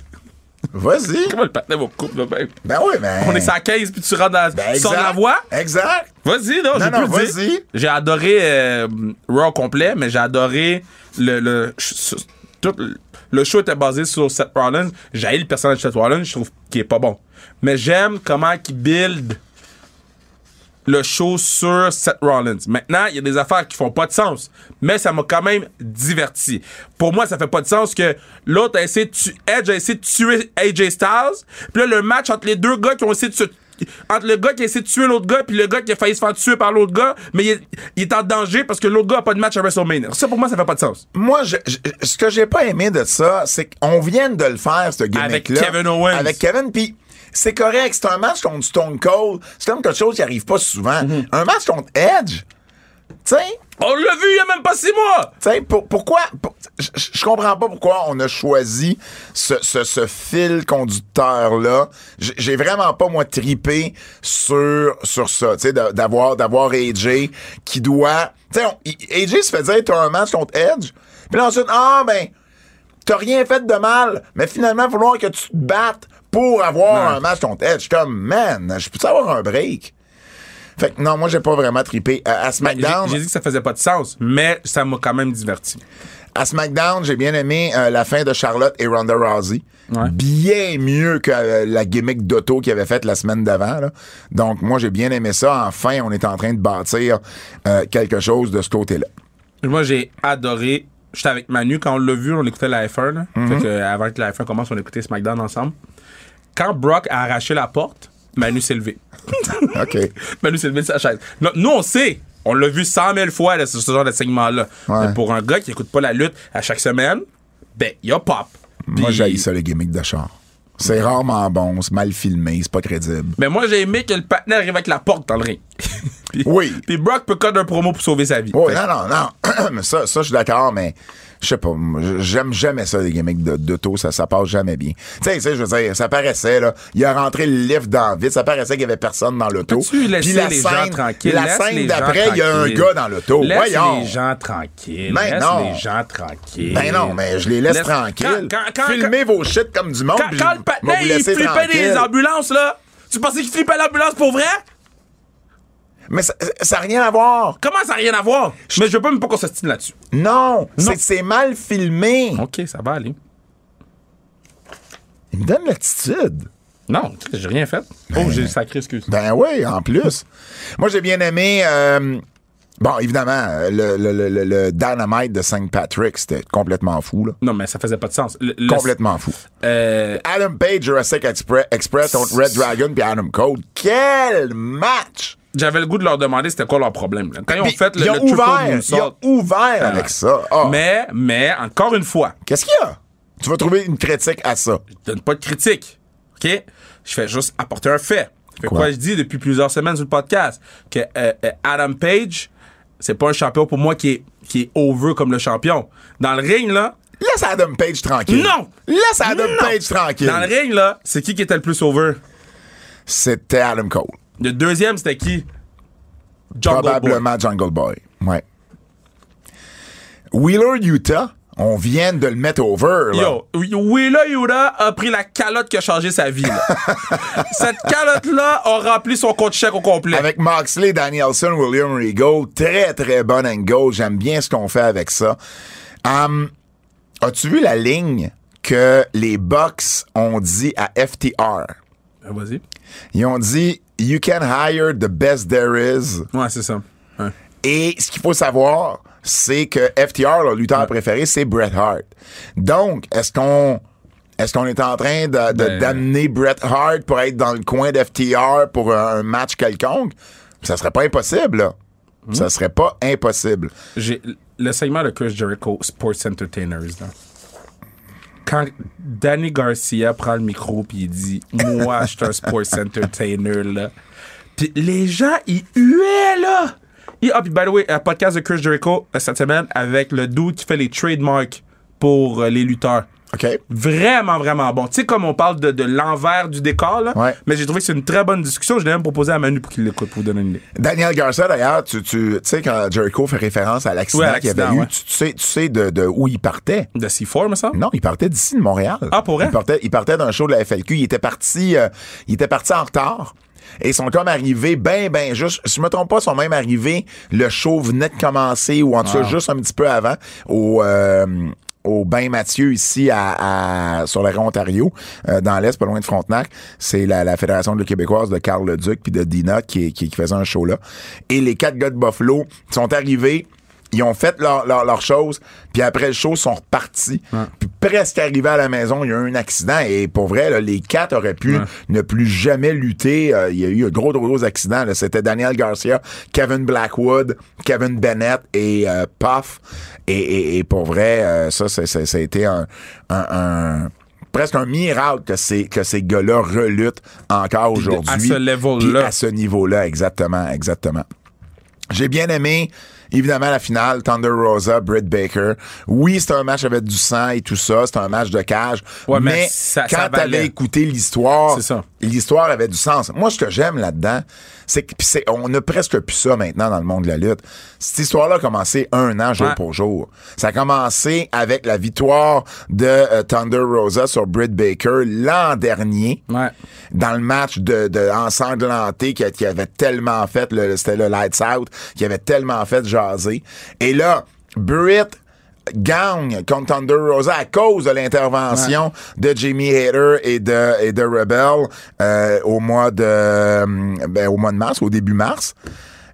Speaker 2: Vas-y.
Speaker 3: Comment le patin va coupe, là, ben?
Speaker 2: Ben oui, ben.
Speaker 3: On est sur la 15, puis tu rentres dans.
Speaker 2: Ben,
Speaker 3: tu sors de
Speaker 2: exact.
Speaker 3: la voix?
Speaker 2: Exact.
Speaker 3: Vas-y, non,
Speaker 2: Non,
Speaker 3: j'ai
Speaker 2: non,
Speaker 3: plus le
Speaker 2: vas-y.
Speaker 3: dire. J'ai adoré euh, Raw au complet, mais j'ai adoré le. le ch- sur- tout le- le show était basé sur Seth Rollins. J'ai le personnage de Seth Rollins, je trouve qu'il est pas bon. Mais j'aime comment il build le show sur Seth Rollins. Maintenant, il y a des affaires qui font pas de sens, mais ça m'a quand même diverti. Pour moi, ça fait pas de sens que l'autre a essayé de tuer, Edge a essayé de tuer AJ Styles, puis là, le match entre les deux gars qui ont essayé de se entre le gars qui a essayé de tuer l'autre gars puis le gars qui a failli se faire tuer par l'autre gars mais il est, il est en danger parce que l'autre gars a pas de match à WrestleMania ça pour moi ça fait pas de sens
Speaker 2: Moi, je- je- ce que j'ai pas aimé de ça, c'est qu'on vient de le faire, ce gimmick-là.
Speaker 3: Avec Kevin Owens.
Speaker 2: Avec Kevin, puis c'est correct. C'est un match contre Stone Cold. C'est comme quelque chose qui arrive pas souvent.
Speaker 3: Mm-hmm.
Speaker 2: Un match contre Edge. Tu sais,
Speaker 3: on l'a vu il y a même pas six mois
Speaker 2: Tu sais, pour- pourquoi. pour- je- je je comprends pas pourquoi on a choisi ce, ce, ce fil conducteur-là. J- J'ai vraiment pas, moi, tripé sur, sur ça. Tu sais, d'a- d'avoir, d'avoir AJ qui doit. Tu sais, on- il- AJ se fait dire t'as un match contre Edge. Puis là, ensuite, ah, ben, t'as rien fait de mal, mais finalement, vouloir que tu te battes pour avoir un match contre Edge. Je suis comme, man, je peux avoir un break. Fait que non, moi, j'ai pas vraiment tripé. À, à
Speaker 3: Ben, J'ai-
Speaker 2: SmackDown.
Speaker 3: j'ai dit que ça faisait pas de sens mais ça m'a quand même diverti
Speaker 2: À SmackDown, j'ai bien aimé euh, la fin de Charlotte et Ronda Rousey. Bien mieux que euh, la gimmick d'auto qu'ils avaient faite la semaine d'avant. là. Donc, moi, j'ai bien aimé ça. Enfin, on est en train de bâtir euh, quelque chose de ce côté-là.
Speaker 3: Moi, j'ai adoré. J'étais avec Manu quand on l'a vu, on écoutait la F1. là.
Speaker 2: Mhm.
Speaker 3: Fait que, euh, avant que la F1 commence, on écoutait SmackDown ensemble. Quand Brock a arraché la porte, Manu s'est levé.
Speaker 2: OK.
Speaker 3: Manu s'est levé de sa chaise. Non, nous, on sait. On l'a vu cent mille fois, là, ce ce genre de segment-là.
Speaker 2: Ouais.
Speaker 3: Mais Pour un gars qui écoute pas la lutte à chaque semaine, ben, il a pop.
Speaker 2: Moi,
Speaker 3: Puis-
Speaker 2: j'ai ça, les gimmicks de char. C'est rarement bon, c'est mal filmé, c'est pas crédible.
Speaker 3: Mais ben, moi, j'ai aimé que le partenaire arrive avec la porte dans le ring. puis,
Speaker 2: Oui.
Speaker 3: Puis Brock peut coder un promo pour sauver sa vie.
Speaker 2: Oh,
Speaker 3: Fait que-
Speaker 2: non, non, non. Mais ça, ça je suis d'accord, mais je sais pas. moi, j- J'aime jamais ça, les gimmicks de- d'auto. Ça, ça passe jamais bien. Tu sais, tu sais, je veux dire, ça paraissait, là. Il a rentré le lift dans le vide. Ça paraissait qu'il y avait personne dans l'auto.
Speaker 3: Peux-tu laisser
Speaker 2: Puis la
Speaker 3: les gens
Speaker 2: scène,
Speaker 3: tranquilles?
Speaker 2: La
Speaker 3: Laisse les
Speaker 2: scène
Speaker 3: gens
Speaker 2: d'après, il y a un
Speaker 3: tranquilles.
Speaker 2: gars dans l'auto.
Speaker 3: Laisse
Speaker 2: Voyons.
Speaker 3: les gens tranquilles.
Speaker 2: Ben
Speaker 3: Laisse
Speaker 2: non.
Speaker 3: les gens tranquilles.
Speaker 2: Ben non, mais je les laisse,
Speaker 3: Laisse-
Speaker 2: tranquilles.
Speaker 3: Quand- quand- quand-
Speaker 2: Filmez vos shit comme du monde.
Speaker 3: Quand,
Speaker 2: puis je-
Speaker 3: quand le
Speaker 2: moi,
Speaker 3: patin,
Speaker 2: vous
Speaker 3: il
Speaker 2: laissez
Speaker 3: flippait
Speaker 2: tranquille.
Speaker 3: les ambulances, là! Tu pensais qu'il flippait l'ambulance pour vrai?
Speaker 2: Mais ça n'a rien à voir.
Speaker 3: Comment ça n'a rien à voir? Mais je veux pas même pas qu'on s'estime là-dessus.
Speaker 2: Non, c'est- c'est mal filmé.
Speaker 3: OK, ça va aller.
Speaker 2: Il me donne l'attitude.
Speaker 3: Non, tu sais, j'ai rien fait. Oh, j'ai sacré excuse.
Speaker 2: Ben oui, en plus. Moi, j'ai bien aimé. euh, bon, évidemment, le, le- le- le- le Dynamite de St. Patrick, c'était complètement fou, là.
Speaker 3: Non, mais ça faisait pas de sens. Le- le-
Speaker 2: Complètement fou.
Speaker 3: euh,
Speaker 2: Adam Page, Jurassic Expre- Express contre Red Dragon puis Adam Cole. Quel match!
Speaker 3: J'avais le goût de leur demander c'était quoi leur problème. là. Quand ils ont
Speaker 2: Puis,
Speaker 3: fait le,
Speaker 2: ils ont
Speaker 3: le triple
Speaker 2: ouvert,
Speaker 3: moonsault-
Speaker 2: ils ont ouvert
Speaker 3: Ah.
Speaker 2: avec ça. Ah.
Speaker 3: Mais, mais, encore une fois,
Speaker 2: Qu'est-ce qu'il y a? Tu vas trouver une critique à ça.
Speaker 3: je donne pas de critique. OK? Je fais juste apporter un fait. Fait
Speaker 2: Quoi?
Speaker 3: quoi? je dis depuis plusieurs semaines sur le podcast que euh, euh, Adam Page, c'est pas un champion pour moi qui est, qui est over comme le champion. Dans le ring, là,
Speaker 2: Laisse Adam Page tranquille.
Speaker 3: Non!
Speaker 2: Laisse Adam
Speaker 3: Non!
Speaker 2: Page tranquille.
Speaker 3: dans le ring, là, c'est qui qui était le plus over?
Speaker 2: C'était Adam Cole.
Speaker 3: Le deuxième, c'était qui? Jungle
Speaker 2: Probablement Jungle Boy. Ouais. Wheeler Utah, on vient de le mettre over.
Speaker 3: Boy.
Speaker 2: Là.
Speaker 3: Yo, Willa Yoda a pris la calotte qui a changé sa vie. là. Cette calotte-là a rempli son compte chèque au complet.
Speaker 2: Avec Moxley, Danielson, William Regal, très très bon angle. J'aime bien ce qu'on fait avec ça. Hum, As-tu vu la ligne que les Bucks ont dit à FTR?
Speaker 3: Ah, Vas-y.
Speaker 2: Ils ont dit You can hire the best there is.
Speaker 3: Ouais, c'est ça. Ouais.
Speaker 2: Et ce qu'il faut savoir, c'est que FTR, leur lutteur préféré, c'est Bret Hart. Donc, est-ce qu'on est-ce qu'on est en train de- de-
Speaker 3: Ben-
Speaker 2: d'amener Bret Hart pour être dans le coin d'FTR pour un, un match quelconque? Ça serait pas impossible, là.
Speaker 3: Hmm.
Speaker 2: Ça serait pas impossible.
Speaker 3: j'ai le segment de Chris Jericho Sports Entertainers là. Quand Danny Garcia prend le micro puis il dit moi je suis un sports entertainer là. Puis les gens ils huaient là. Et- ah puis by the way, un podcast de Chris Jericho euh, cette semaine avec le dude qui fait les trademarks pour euh, les lutteurs.
Speaker 2: OK?
Speaker 3: Vraiment, vraiment bon. Tu sais, comme on parle de, de l'envers du décor, là.
Speaker 2: Ouais.
Speaker 3: Mais j'ai trouvé que c'est une très bonne discussion. Je l'ai même proposé à Manu pour qu'il l'écoute, pour vous donner une idée.
Speaker 2: Daniel Garcia, d'ailleurs, tu, tu tu sais, quand Jericho fait référence à l'accident
Speaker 3: Ouais, à
Speaker 2: qu'il y avait eu,
Speaker 3: l'accident, ouais.
Speaker 2: tu, tu sais, tu sais de, de où il partait.
Speaker 3: De C4, me semble?
Speaker 2: Non, il partait d'ici de Montréal.
Speaker 3: Ah, pour vrai?
Speaker 2: Il partait, il partait d'un show de la FLQ. Il était parti, euh, il était parti en retard. Et ils sont comme arrivés, ben, ben, juste, si je me trompe pas, ils sont même arrivés, le show venait de commencer, ou en tout cas, juste un petit peu avant, au, euh, au Bain Mathieu, ici, à, à- sur la rue Ontario, euh, dans l'Est, pas loin de Frontenac. C'est la, la Fédération de québécoise de Carl Leduc puis de Dina qui, qui, qui faisait un show là. Et les quatre gars de Buffalo sont arrivés, ils ont fait leur, leur, leur chose, puis après le show, ils sont repartis. Puis presque arrivés à la maison, il y a eu un accident. Et pour vrai, là, les quatre auraient pu ne plus jamais lutter. Euh, il y a eu un gros, gros, gros accident. là. C'était Daniel Garcia, Kevin Blackwood, Kevin Bennett et euh, Puff. Et, et- et pour vrai, euh, ça, c'est- c'est- ça a été un... un- un- presque un miracle que ces, que ces gars-là relutent encore
Speaker 3: de-
Speaker 2: aujourd'hui.
Speaker 3: à ce level-là.
Speaker 2: Puis à ce niveau-là, exactement, exactement. J'ai bien aimé, évidemment, la finale, Thunder Rosa, Britt Baker. Oui, c'est un match avec du sang et tout ça, c'est un match de cage.
Speaker 3: Ouais,
Speaker 2: mais
Speaker 3: mais ça-
Speaker 2: quand
Speaker 3: ça valait.
Speaker 2: t'avais écouté l'histoire,
Speaker 3: C'est ça.
Speaker 2: l'histoire avait du sens. Moi, ce que j'aime là-dedans, c'est que pis c'est- on a presque plus ça maintenant dans le monde de la lutte. Cette histoire-là a commencé un an jour
Speaker 3: Ouais.
Speaker 2: pour jour. Ça a commencé avec la victoire de euh, Thunder Rosa sur Britt Baker l'an dernier
Speaker 3: Ouais.
Speaker 2: dans le match de, de ensanglanté qui, qui avait tellement fait le, c'était le lights out qui avait tellement fait jaser et là Britt gagne contre Thunder Rosa à cause de l'intervention de Jamie Hader et de, et de Rebel euh, au mois de euh, ben, au mois de mars, au début mars.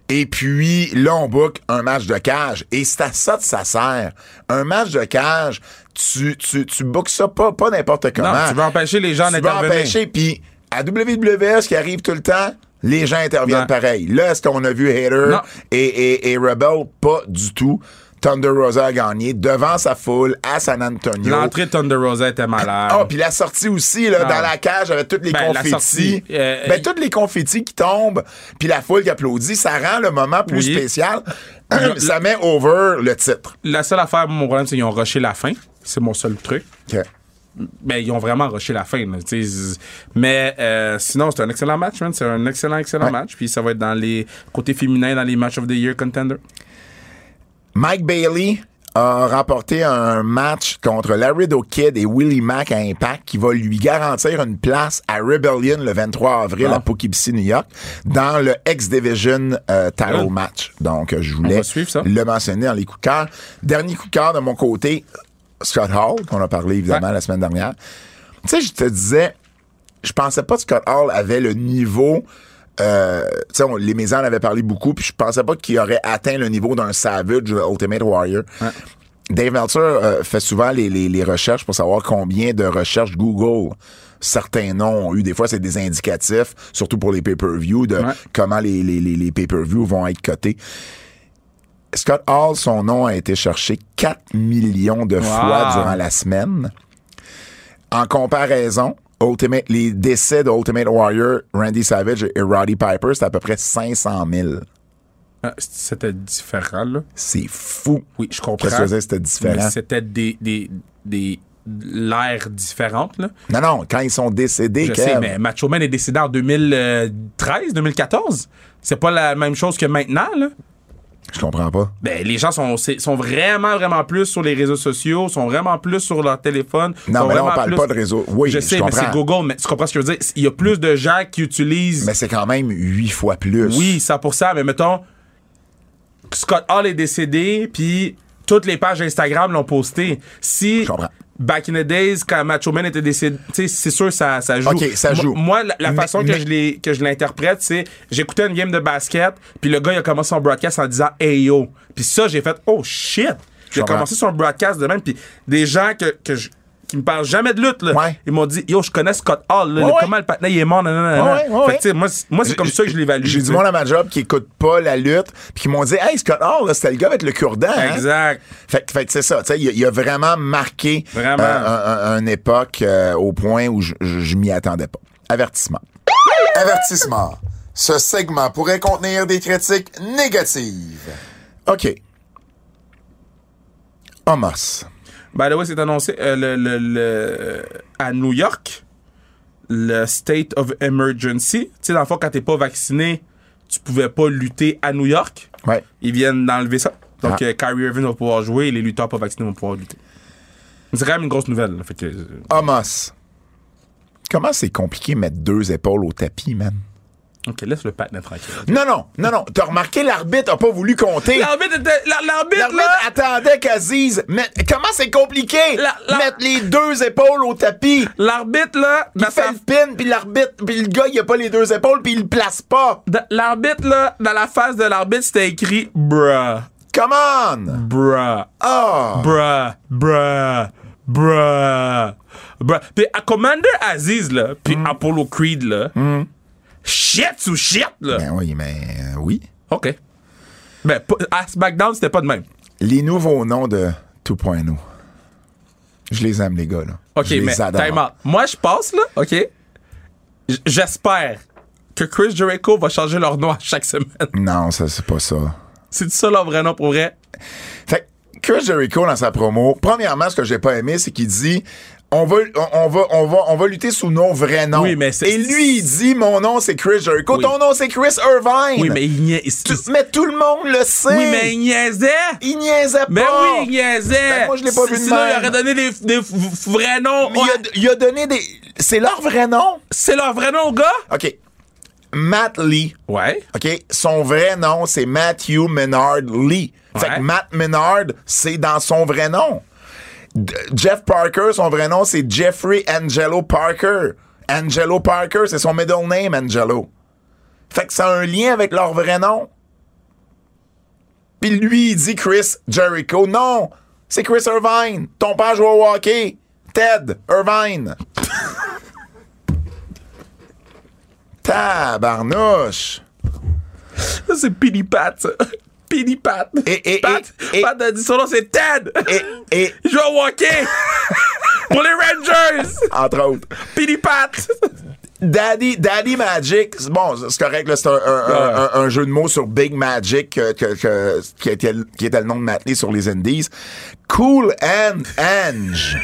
Speaker 2: Et puis, là, on book un match de cage. Et c'est à ça que ça sert. Un match de cage, tu, tu, tu bookes ça pas, pas n'importe comment.
Speaker 3: tu veux empêcher les gens
Speaker 2: Tu veux
Speaker 3: d'intervenir.
Speaker 2: empêcher, puis à WWE, ce qui arrive tout le temps, les gens interviennent
Speaker 3: Ouais.
Speaker 2: pareil. Là, est-ce qu'on a vu Hater
Speaker 3: Non.
Speaker 2: et, et, et Rebel? Pas du tout. Thunder Rosa a gagné devant sa foule à San Antonio.
Speaker 3: L'entrée de Thunder Rosa était malade.
Speaker 2: Ah, puis la sortie aussi, là,
Speaker 3: Ah.
Speaker 2: dans la cage, avec toutes les
Speaker 3: Ben, la
Speaker 2: confettis.
Speaker 3: sortie, euh,
Speaker 2: ben,
Speaker 3: y-
Speaker 2: toutes les confettis qui tombent, puis la foule qui applaudit, ça rend le moment plus
Speaker 3: Oui.
Speaker 2: spécial.
Speaker 3: Le-
Speaker 2: ça met over le titre.
Speaker 3: La seule affaire, mon problème, c'est qu'ils ont rushé la fin. C'est mon seul truc.
Speaker 2: OK.
Speaker 3: Ben, ils ont vraiment rushé la fin. là, tu sais, z- mais euh, sinon, c'est un excellent match, man. C'est un excellent, excellent
Speaker 2: Ouais.
Speaker 3: match. Puis ça va être dans les côtés féminins, dans les Match of the Year contender.
Speaker 2: Mike Bailey a remporté un match contre Laredo Kid et Willie Mack à Impact qui va lui garantir une place à Rebellion le 23 avril
Speaker 3: Ah.
Speaker 2: à Poughkeepsie, New York, dans le X-Division euh, title
Speaker 3: Cool.
Speaker 2: match. Donc, euh, je voulais
Speaker 3: Ah. va suivre ça.
Speaker 2: le mentionner dans les coups de cœur. Dernier coup de cœur de mon côté, Scott Hall, qu'on a parlé évidemment
Speaker 3: Ouais.
Speaker 2: la semaine dernière. Tu sais, je te disais, je pensais pas que Scott Hall avait le niveau. Euh, tu sais, on- les médias en avaient parlé beaucoup, puis je pensais pas qu'il aurait atteint le niveau d'un Savage ou Ultimate Warrior. Dave Meltzer euh, fait souvent les, les- les recherches pour savoir combien de recherches Google certains noms ont eu. Des fois, c'est des indicatifs, surtout pour les pay-per-view, de
Speaker 3: Ouais.
Speaker 2: comment les, les, les, les pay-per-view vont être cotés. Scott Hall, son nom a été cherché 4 millions de fois
Speaker 3: Wow.
Speaker 2: durant la semaine. En comparaison, Ultimate- les décès de Ultimate Warrior, Randy Savage et Roddy Piper, c'est à peu près 500 000.
Speaker 3: Ah, C'était différent, là.
Speaker 2: C'est fou.
Speaker 3: Oui, je comprends.
Speaker 2: Qu'est-ce que je veux dire, c'était
Speaker 3: Mais
Speaker 2: différent?
Speaker 3: C'était des, des, des l'air différente, là.
Speaker 2: Non, non, quand ils sont décédés,
Speaker 3: Je
Speaker 2: Kev,
Speaker 3: sais, mais Macho Man est décédé en euh, 2013, 2014. C'est pas la même chose que maintenant, là.
Speaker 2: je comprends pas.
Speaker 3: Ben, les gens sont, c'est- sont vraiment, vraiment plus sur les réseaux sociaux, sont vraiment plus sur leur téléphone.
Speaker 2: Non,
Speaker 3: sont
Speaker 2: mais là, on
Speaker 3: vraiment
Speaker 2: parle pas de réseaux. Oui, je
Speaker 3: je sais, mais
Speaker 2: comprends.
Speaker 3: c'est Google. Mais tu comprends ce que je veux dire? Il y a plus de gens qui utilisent.
Speaker 2: Mais c'est quand même 8 fois plus.
Speaker 3: oui, 100%, mais mettons, Scott Hall est décédé, puis toutes les pages Instagram l'ont posté. Si.
Speaker 2: Je comprends.
Speaker 3: Back in the days, quand Macho Man était décédé, tu sais, c'est sûr, ça, ça joue.
Speaker 2: Ok, ça
Speaker 3: Moi-
Speaker 2: joue.
Speaker 3: Moi, la, la
Speaker 2: Mais-
Speaker 3: façon que
Speaker 2: mais-
Speaker 3: je l'ai- que je l'interprète, c'est j'écoutais une game de basket, puis le gars, il a commencé son broadcast en disant Hey yo. Puis ça, j'ai fait Oh shit. J'ai
Speaker 2: comprends.
Speaker 3: commencé son broadcast de même, puis des gens que, que je- qui me parlent jamais de lutte, là,
Speaker 2: Ouais.
Speaker 3: ils m'ont dit Yo, je connais Scott Hall, là,
Speaker 2: Ouais,
Speaker 3: le-
Speaker 2: ouais.
Speaker 3: comment le patin il est mort, nan, nan, nan, nan.
Speaker 2: Ouais, ouais, ouais.
Speaker 3: Fait que, tu sais, moi, c'est- moi, c'est comme ça que je l'évalue.
Speaker 2: J'ai
Speaker 3: tu sais.
Speaker 2: du monde à ma job qui écoute pas la lutte, puis qui m'ont dit Hey, Scott Hall, là, c'était le gars avec le cure-dent.
Speaker 3: Ben,
Speaker 2: hein?
Speaker 3: Exact.
Speaker 2: Fait, que- fait que c'est ça, tu sais, il, a- il a vraiment marqué
Speaker 3: Vraiment.
Speaker 2: euh, un- un- une époque euh, au point où je, je- je m'y attendais pas. Avertissement. Avertissement. Ce segment pourrait contenir des critiques négatives. OK. Homos.
Speaker 3: By the way, c'est annoncé euh, le, le- le- à New York, le state of emergency. Tu sais, dans le fond, quand t'es pas vacciné, tu pouvais pas lutter à New York.
Speaker 2: Ouais.
Speaker 3: Ils viennent d'enlever ça. Donc,
Speaker 2: Ah.
Speaker 3: euh, Kyrie Irving va pouvoir jouer et les lutteurs pas vaccinés vont pouvoir lutter. C'est quand même une grosse nouvelle. là. Fait que, euh,
Speaker 2: Homos. Comment c'est compliqué de mettre deux épaules au tapis, man?
Speaker 3: ok, laisse le patin tranquille.
Speaker 2: Non, non, non, non. T'as remarqué, l'arbitre a pas voulu compter.
Speaker 3: L'arbitre était- la- l'arbitre,
Speaker 2: L'arbitre
Speaker 3: là!
Speaker 2: attendait qu'Aziz. Mais comment c'est compliqué?
Speaker 3: La- la-
Speaker 2: Mettre les deux épaules au tapis.
Speaker 3: L'arbitre, là!
Speaker 2: Il
Speaker 3: dans
Speaker 2: fait
Speaker 3: sa-
Speaker 2: le pin, puis l'arbitre, puis le gars, il a pas les deux épaules, puis il le place pas.
Speaker 3: dans- L'arbitre, là, dans la face de l'arbitre, c'était écrit bruh,
Speaker 2: Come on!
Speaker 3: bruh.
Speaker 2: Ah!
Speaker 3: bruh, bruh, bruh, bruh. Puis à Commander Aziz, là, puis
Speaker 2: Mm.
Speaker 3: Apollo Creed, là, shit ou shit, là.
Speaker 2: Ben oui, mais euh, oui.
Speaker 3: OK. Ben, pas- à SmackDown, c'était pas de même.
Speaker 2: Les nouveaux noms de 2.0. Je les aime, les gars, là.
Speaker 3: OK,
Speaker 2: Je les
Speaker 3: mais
Speaker 2: adore.
Speaker 3: time out. Moi, je pense, là, OK, j- j'espère que Chris Jericho va changer leur nom à chaque semaine.
Speaker 2: Non, ça, c'est pas ça.
Speaker 3: C'est ça leur vrai nom pour vrai?
Speaker 2: Fait que Chris Jericho dans sa promo, premièrement, ce que j'ai pas aimé, c'est qu'il dit on va, on, on va, on va, on va lutter sous nos vrais noms.
Speaker 3: Oui, mais c'est-
Speaker 2: Et lui, il dit mon nom c'est Chris Jericho,
Speaker 3: Oui.
Speaker 2: ton nom c'est Chris Irvine.
Speaker 3: Oui, mais il nia- il-
Speaker 2: Tu- mais tout le monde le sait.
Speaker 3: Oui, mais il niaisait!
Speaker 2: il niaisait
Speaker 3: Mais
Speaker 2: pas.
Speaker 3: oui, il niaisait!
Speaker 2: Ben, moi, je l'ai pas
Speaker 3: Si-
Speaker 2: vu de
Speaker 3: Sinon,
Speaker 2: même.
Speaker 3: il aurait donné des, des f- f- vrais noms.
Speaker 2: Il a, il a donné des. C'est leur vrai nom.
Speaker 3: C'est leur vrai nom, gars?
Speaker 2: OK. Matt Lee.
Speaker 3: Ouais.
Speaker 2: OK? Son vrai nom, c'est Matthew Menard Lee. Fait
Speaker 3: Ouais.
Speaker 2: que Matt Menard, c'est dans son vrai nom. D- Jeff Parker, son vrai nom, c'est Jeffrey Angelo Parker. Angelo Parker, c'est son middle name, Angelo. Fait que ça a un lien avec leur vrai nom. Puis lui, il dit Chris Jericho. Non, c'est Chris Irvine. Ton père joue au hockey. Ted Irvine. Tabarnouche.
Speaker 3: Ça, c'est Pili Pat, ça. Pili Pat.
Speaker 2: Et- et-
Speaker 3: Pat,
Speaker 2: et-
Speaker 3: Pat a dit son nom, c'est Ted.
Speaker 2: Et, et,
Speaker 3: Il joue au hockey. Pour les Rangers.
Speaker 2: entre autres.
Speaker 3: Pili Pat.
Speaker 2: Daddy, Daddy Magic, c'est- bon, c'est correct, là, c'est un, un- un-
Speaker 3: Ouais.
Speaker 2: un- un jeu de mots sur Big Magic que- que- que- qui, était, le- qui était le nom de Matt Lee sur les Indies. Cool and Ange.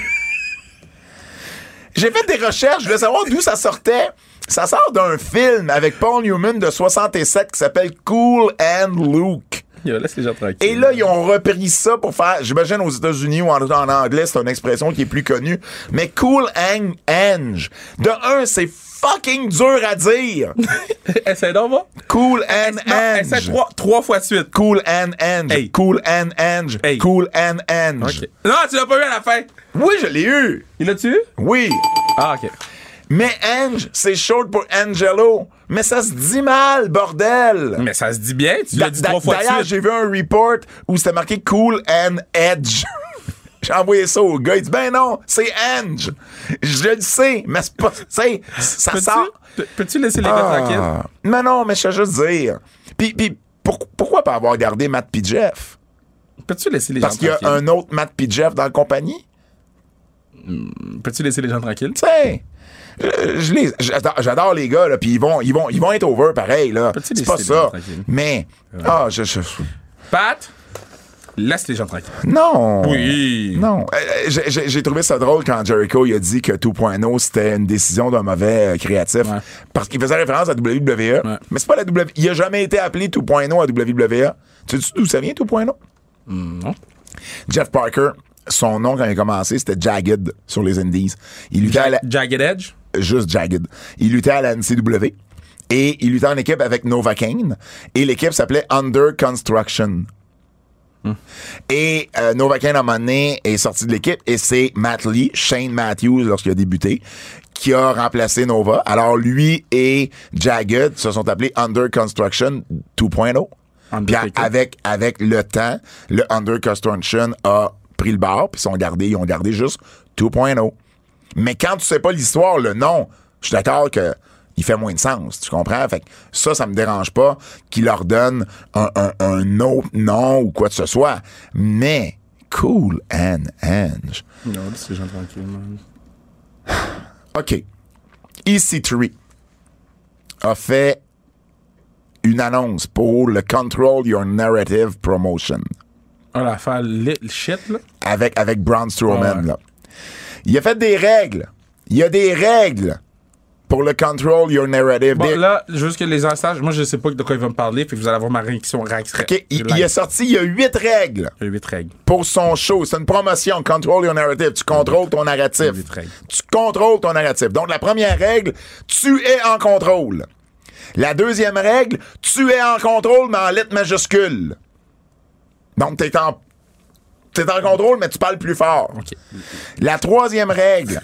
Speaker 2: J'ai fait des recherches, je voulais savoir d'où ça sortait. Ça sort d'un film avec Paul Newman de 67 qui s'appelle Cool and Luke.
Speaker 3: Yo, laisse les gens tranquilles.
Speaker 2: Et là, ils ont repris ça pour faire, j'imagine aux États-Unis ou en, en anglais, c'est une expression qui est plus connue, mais cool hang Ange. De un, c'est fucking dur à dire.
Speaker 3: Essaye d'en voir.
Speaker 2: Cool and
Speaker 3: Non, essaye
Speaker 2: Ange.
Speaker 3: trois, trois fois de suite.
Speaker 2: Cool and Ange.
Speaker 3: Hey.
Speaker 2: Cool and Ange.
Speaker 3: Hey.
Speaker 2: Cool and Ange.
Speaker 3: Non, tu l'as pas eu à la fin.
Speaker 2: Oui, je l'ai eu.
Speaker 3: Il l'a tué?
Speaker 2: Oui.
Speaker 3: Ah, OK.
Speaker 2: Mais Ange, c'est short pour Angelo. Mais ça se dit mal, bordel.
Speaker 3: Mais ça se dit bien. Tu l'as dit
Speaker 2: D'a-
Speaker 3: trois fois de
Speaker 2: D'ailleurs,
Speaker 3: suite.
Speaker 2: j'ai vu un report où c'était marqué Cool and Edge. J'ai envoyé ça au gars. Il dit Ben non, c'est Edge. Je le sais, mais c'est pas. tu sais, ça
Speaker 3: Peux-tu-
Speaker 2: sort.
Speaker 3: peux- Peux-tu laisser les gars tranquilles?
Speaker 2: Ah. Mais non, mais je veux juste dire. Puis, puis pour- pourquoi pas avoir gardé Matt puis Jeff
Speaker 3: Peux-tu laisser les gens
Speaker 2: Parce qu'il y
Speaker 3: tranquilles?
Speaker 2: a un autre Matt puis Jeff dans la compagnie.
Speaker 3: Peux-tu laisser les gens tranquilles?
Speaker 2: Tu sais. je- je les- J'adore j'adore les gars, là, puis ils vont, ils, vont, ils vont être over pareil. là.
Speaker 3: Peux-tu
Speaker 2: C'est pas
Speaker 3: laisser les gens
Speaker 2: ça.
Speaker 3: tranquilles?
Speaker 2: Mais. Ah, je- je...
Speaker 3: Pat, laisse les gens tranquilles.
Speaker 2: Non.
Speaker 3: Oui.
Speaker 2: Non. Euh, euh, j'ai- J'ai j'ai trouvé ça drôle quand Jericho il a dit que 2.0 c'était une décision d'un mauvais euh, créatif.
Speaker 3: Ouais.
Speaker 2: Parce qu'il faisait référence à WWE. Mais c'est pas la WWE. Il a jamais été appelé 2.0 à WWE. Tu sais d'où ça vient 2.0?
Speaker 3: Hmm, non.
Speaker 2: Jeff Parker. Son nom, quand il a commencé, c'était Jagged sur les Indies. Il luttait à la-
Speaker 3: Jagged Edge?
Speaker 2: juste Jagged. Il luttait à la NCW et il luttait en équipe avec Nova Kane et l'équipe s'appelait Under Construction. Et euh, Nova Kane, à un moment donné, est sorti de l'équipe et c'est Matt Lee, Shane Matthews, lorsqu'il a débuté, qui a remplacé Nova. Alors lui et Jagged se sont appelés Under Construction 2.0. Puis
Speaker 3: Undertaker.
Speaker 2: à- avec, avec le temps, le Under Construction a pris le bar, puis ils, sont gardés- ils ont gardé juste 2.0. Mais quand tu sais pas l'histoire, le nom, je suis d'accord que il fait moins de sens, tu comprends? Fait que ça, ça me dérange pas qu'il leur donne un, un- un autre nom ou quoi que ce soit. Mais Cool and Ange.
Speaker 3: Non, laisse les gens tranquilles, man.
Speaker 2: OK. EC3 a fait une annonce pour le Control Your Narrative Promotion.
Speaker 3: Ah, l'affaire Little Shit, là.
Speaker 2: avec, avec Braun Strowman.
Speaker 3: Ah ouais.
Speaker 2: là. Il a fait des règles. Il y a des règles pour le control your narrative.
Speaker 3: Bon,
Speaker 2: Des-
Speaker 3: là, juste que les instages, moi, je sais pas de quoi ils vont me parler, puis vous allez avoir ma réaction. réaction
Speaker 2: OK, il, il a sorti, il y a huit règles
Speaker 3: Il y a huit règles.
Speaker 2: pour son show. C'est une promotion, control your narrative. Tu contrôles ton narratif.
Speaker 3: Huit règles.
Speaker 2: Tu contrôles ton narratif. Donc, la première règle, tu es en contrôle. La deuxième règle, tu es en contrôle, mais en lettres majuscules. Donc, t'es en... T'es en contrôle, mais tu parles plus fort.
Speaker 3: OK.
Speaker 2: La troisième règle.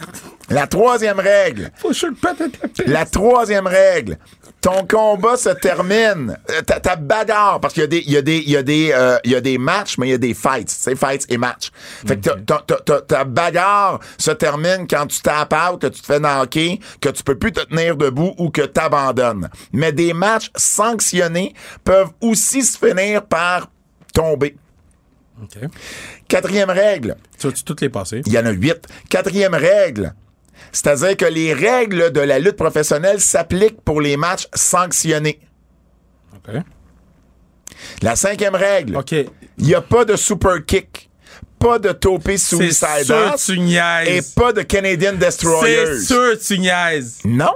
Speaker 2: La troisième règle.
Speaker 3: Faut que je le pète à ta pelle.
Speaker 2: La troisième règle. Ton combat se termine. Euh, Ta, ta bagarre, parce qu'il y a des, il y a des, il y a des, euh, il y a des matchs, mais il y a des fights. Tu sais, fights et matchs. Fait que ta, ta- ta- ta bagarre se termine quand tu tapes out, que tu te fais knocker, que tu peux plus te tenir debout ou que tu abandonnes. Mais des matchs sanctionnés peuvent aussi se finir par tomber.
Speaker 3: OK.
Speaker 2: Quatrième règle.
Speaker 3: Tu vas-tu toutes les passer?
Speaker 2: Il y en a huit. Quatrième règle. C'est-à-dire que les règles de la lutte professionnelle s'appliquent pour les matchs sanctionnés.
Speaker 3: OK.
Speaker 2: La cinquième règle.
Speaker 3: OK.
Speaker 2: Il n'y a pas de super kick, pas de topé
Speaker 3: C'est
Speaker 2: suicide
Speaker 3: sûr, tu
Speaker 2: et
Speaker 3: niaises.
Speaker 2: pas de Canadian Destroyer.
Speaker 3: C'est sûr, tu niaises.
Speaker 2: Non.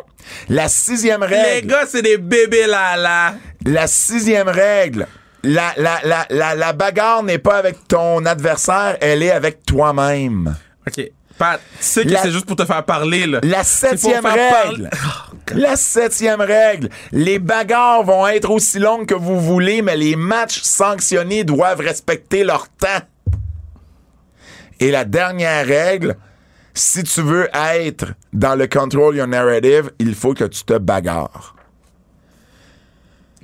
Speaker 2: La sixième
Speaker 3: Les
Speaker 2: règle.
Speaker 3: gars, c'est des bébés là, là.
Speaker 2: La sixième règle. La, la, la, la, la bagarre n'est pas avec ton adversaire, elle est avec toi-même.
Speaker 3: OK. Pat, tu sais que
Speaker 2: La-
Speaker 3: c'est juste pour te faire parler, là.
Speaker 2: La
Speaker 3: C'est pour
Speaker 2: septième
Speaker 3: faire parler.
Speaker 2: règle. Oh, La septième règle. Les bagarres vont être aussi longues que vous voulez, mais les matchs sanctionnés doivent respecter leur temps. Et la dernière règle, si tu veux être dans le control your narrative, il faut que tu te bagarres.